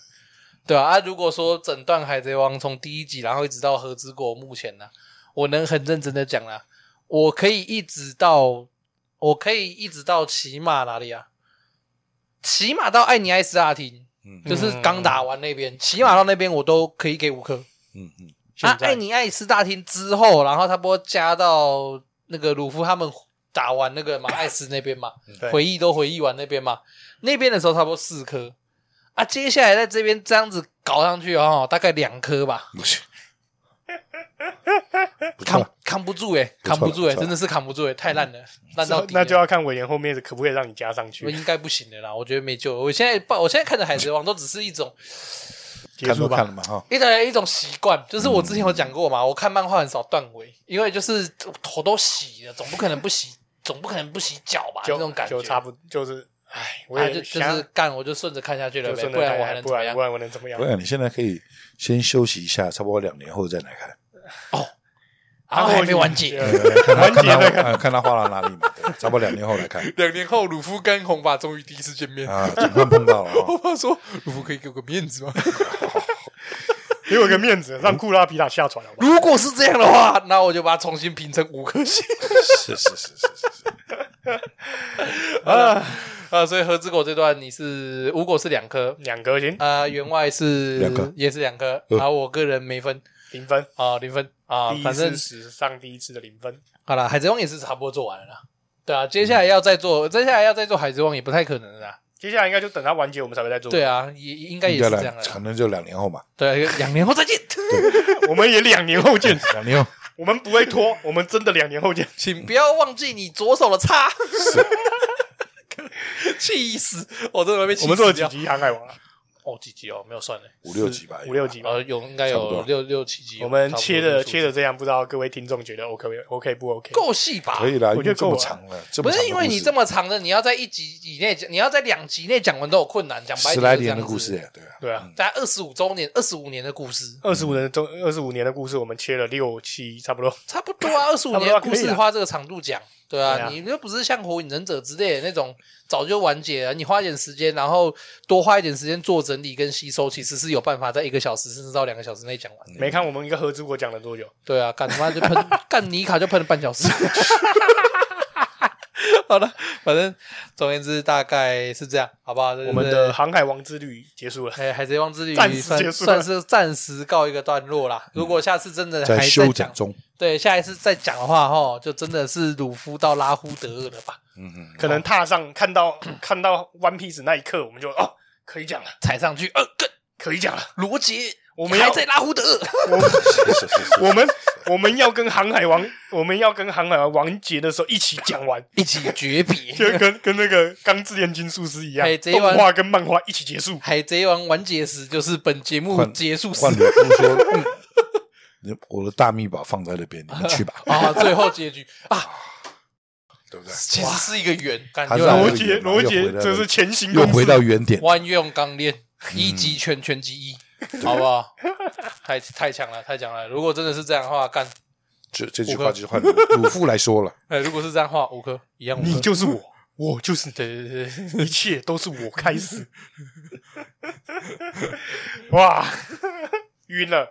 对啊，啊，如果说整段《海贼王》从第一集，然后一直到和之国目前呢、我能很认真的讲啦、我可以一直到，我可以一直到骑马哪里啊？骑马到艾尼埃斯大厅，
嗯
就是刚打完那边，骑马到那边我都可以给五颗。
嗯嗯，
那
现在
艾尼艾斯大厅之后，然后他不多加到那个鲁夫他们打完那个嘛艾斯那边嘛，
对
回忆都回忆完那边嘛，那边的时候差不多四颗啊，接下来在这边这样子搞上去哦，大概两颗吧，
不行，不错
扛
了，
扛不住诶、欸
不错
扛
了
不住诶、
不错了
真的是扛不住诶、欸太烂了，烂到底了
那就要看尾田后面可不可以让你加上去，
应该不行的啦，我觉得没救了。我现在抱，我现在看着《海贼王》都只是一种
结
看
束
都
吧
看了。嘛哈，
一种一种习惯，就是我之前有讲过嘛，我看漫画很少断尾，因为就是头都洗了，总不可能不洗， 总不可能不洗脚吧，
就
啊那种感觉。
就差不就是，哎，我
啊，
也
就就
想
是干，我就顺着看下去了
就
呗，
顺
不
着
然
看
我还能
呀，
怎
不
么
然
样啊
不？然我能怎么样
不？然你现在可以先休息一下，差不多两年后再来看，
然啊后还没完结，
对啊
看他
完结了
看他呃看他画到哪里嘛，对差不多两年后来看
两年后鲁夫跟红发终于第一次见面，
啊，总算碰到了
我
哈，
爸说鲁夫可以给我个面子吗？
给我个面子，让库拉皮塔下船好不好？
如果是这样的话， 那我就把它重新评成五颗星
是是是是是是，
啊！所以和之狗这段你是五狗是两颗，
两颗星，
啊，员外是
两颗
也是两颗，啊
嗯
然后我个人没分。
零分，
啊，零分啊
第，一
反正
次史上第一次的零分，
好啦，海贼王也是差不多做完了啦。对啊，接下来要再做，接下来要再做海贼王也不太可能了啦。
接下来应该就等它完结，我们才会再做。
对啊，也应该
应
也是
该
这样
来
了
可
啦。
能就两年后嘛，
对啊，两年后再见，
我们也两年后见，
两年后
我们不会拖，我们真的两年后见。
请不要忘记你左手的叉。气死！我真的被气
我
死
们做了几
掉
集《航海王》啊？
哦，几集哦，没有算嘞，
五六集吧，
五六集吧。
呃，有应该
差不
有
多
六六七集有，
我们
哎差不多
切
这个
的
数
切
字
的这样，不知道各位听众觉得 OK 不 OK 不 OK？
够细吧？
可以啦，
我
因
觉得
为这么
够了
长了，这么
不
长
是
的
因为
故
你
事
这么长的，你要在一集以内讲，你要在两集内讲完都有困难。讲白
十
点
来
就是这
年的
样
故
子
事，，对啊，
对啊，
在二十五周年、二十五年的故事，
二十五年中二十五年的故事，我们切了六七，差不多。
差不多啊，二十五年的故
可以
事
啦
花这个长度讲，对
对
啊，
啊
你又不是像火影忍者之类的那种早就完结了，你花一点时间，然后多花一点时间做整理跟吸收，其实是有办法在一个小时甚至到两个小时内讲完。
没看我们一个合资国讲了多久？
对啊，干他妈就喷干尼卡就喷了半小时。 好了，反正总而言之大概是这样，好不好？
我们的《航海王之旅》结束了，
哎，海贼王之旅
暂时
算
结束
算
了
是暂时告一个段落啦。如果下次真的还
在
在
休
讲
整，中，
对，下一次再讲的话，哈，就真的是鲁夫到拉夫德尔了吧？
嗯嗯，
可能踏上 看到看到 One Piece 那一刻，我们就哦，可以讲了，
踩上去，呃，跟
可以讲了。
罗杰，
我们
还
要
在拉夫德尔，
是是是是，
我们 我们要跟航海王，我们要跟航海王完结的时候一起讲完，
一起诀 别。
就 跟跟那个《钢之炼金术师》一样
哎，这一
动
晚
画跟漫画一起结束。
海贼王完结时就是本节目
换
结束时
换鲁夫说，嗯你我的大秘宝放在那边，你们去吧，
啊，最后结局啊，
对不对？
其实是一个圆，感
他
觉
是
来
还
罗
了
有一
杰，
点嘛
罗
啊又
杰
回到
这是前行
又
公
回
司，
到原 点，
万用钢链，
嗯
一级拳，拳击一，好不好？太太强了，太强了！如果真的是这样的话，干
这这句
我
话就是换鲁鲁夫来说了，
哎，如果是这样的话，五颗一样五颗。
你就是我，我就是你，
对对对，
一切都是我开始。 哇， 晕了。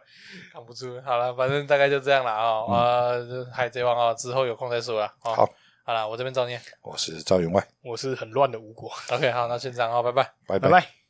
扛不住。好了，反正大概就这样了啊、哦
嗯
呃，海贼王啊、之后有空再说啦。哦、
好，
好了，我这边照念。
我是赵员外，
我是很乱的吴果，
OK，好，那先这样啊、哦，拜拜。
拜
拜
拜。
拜。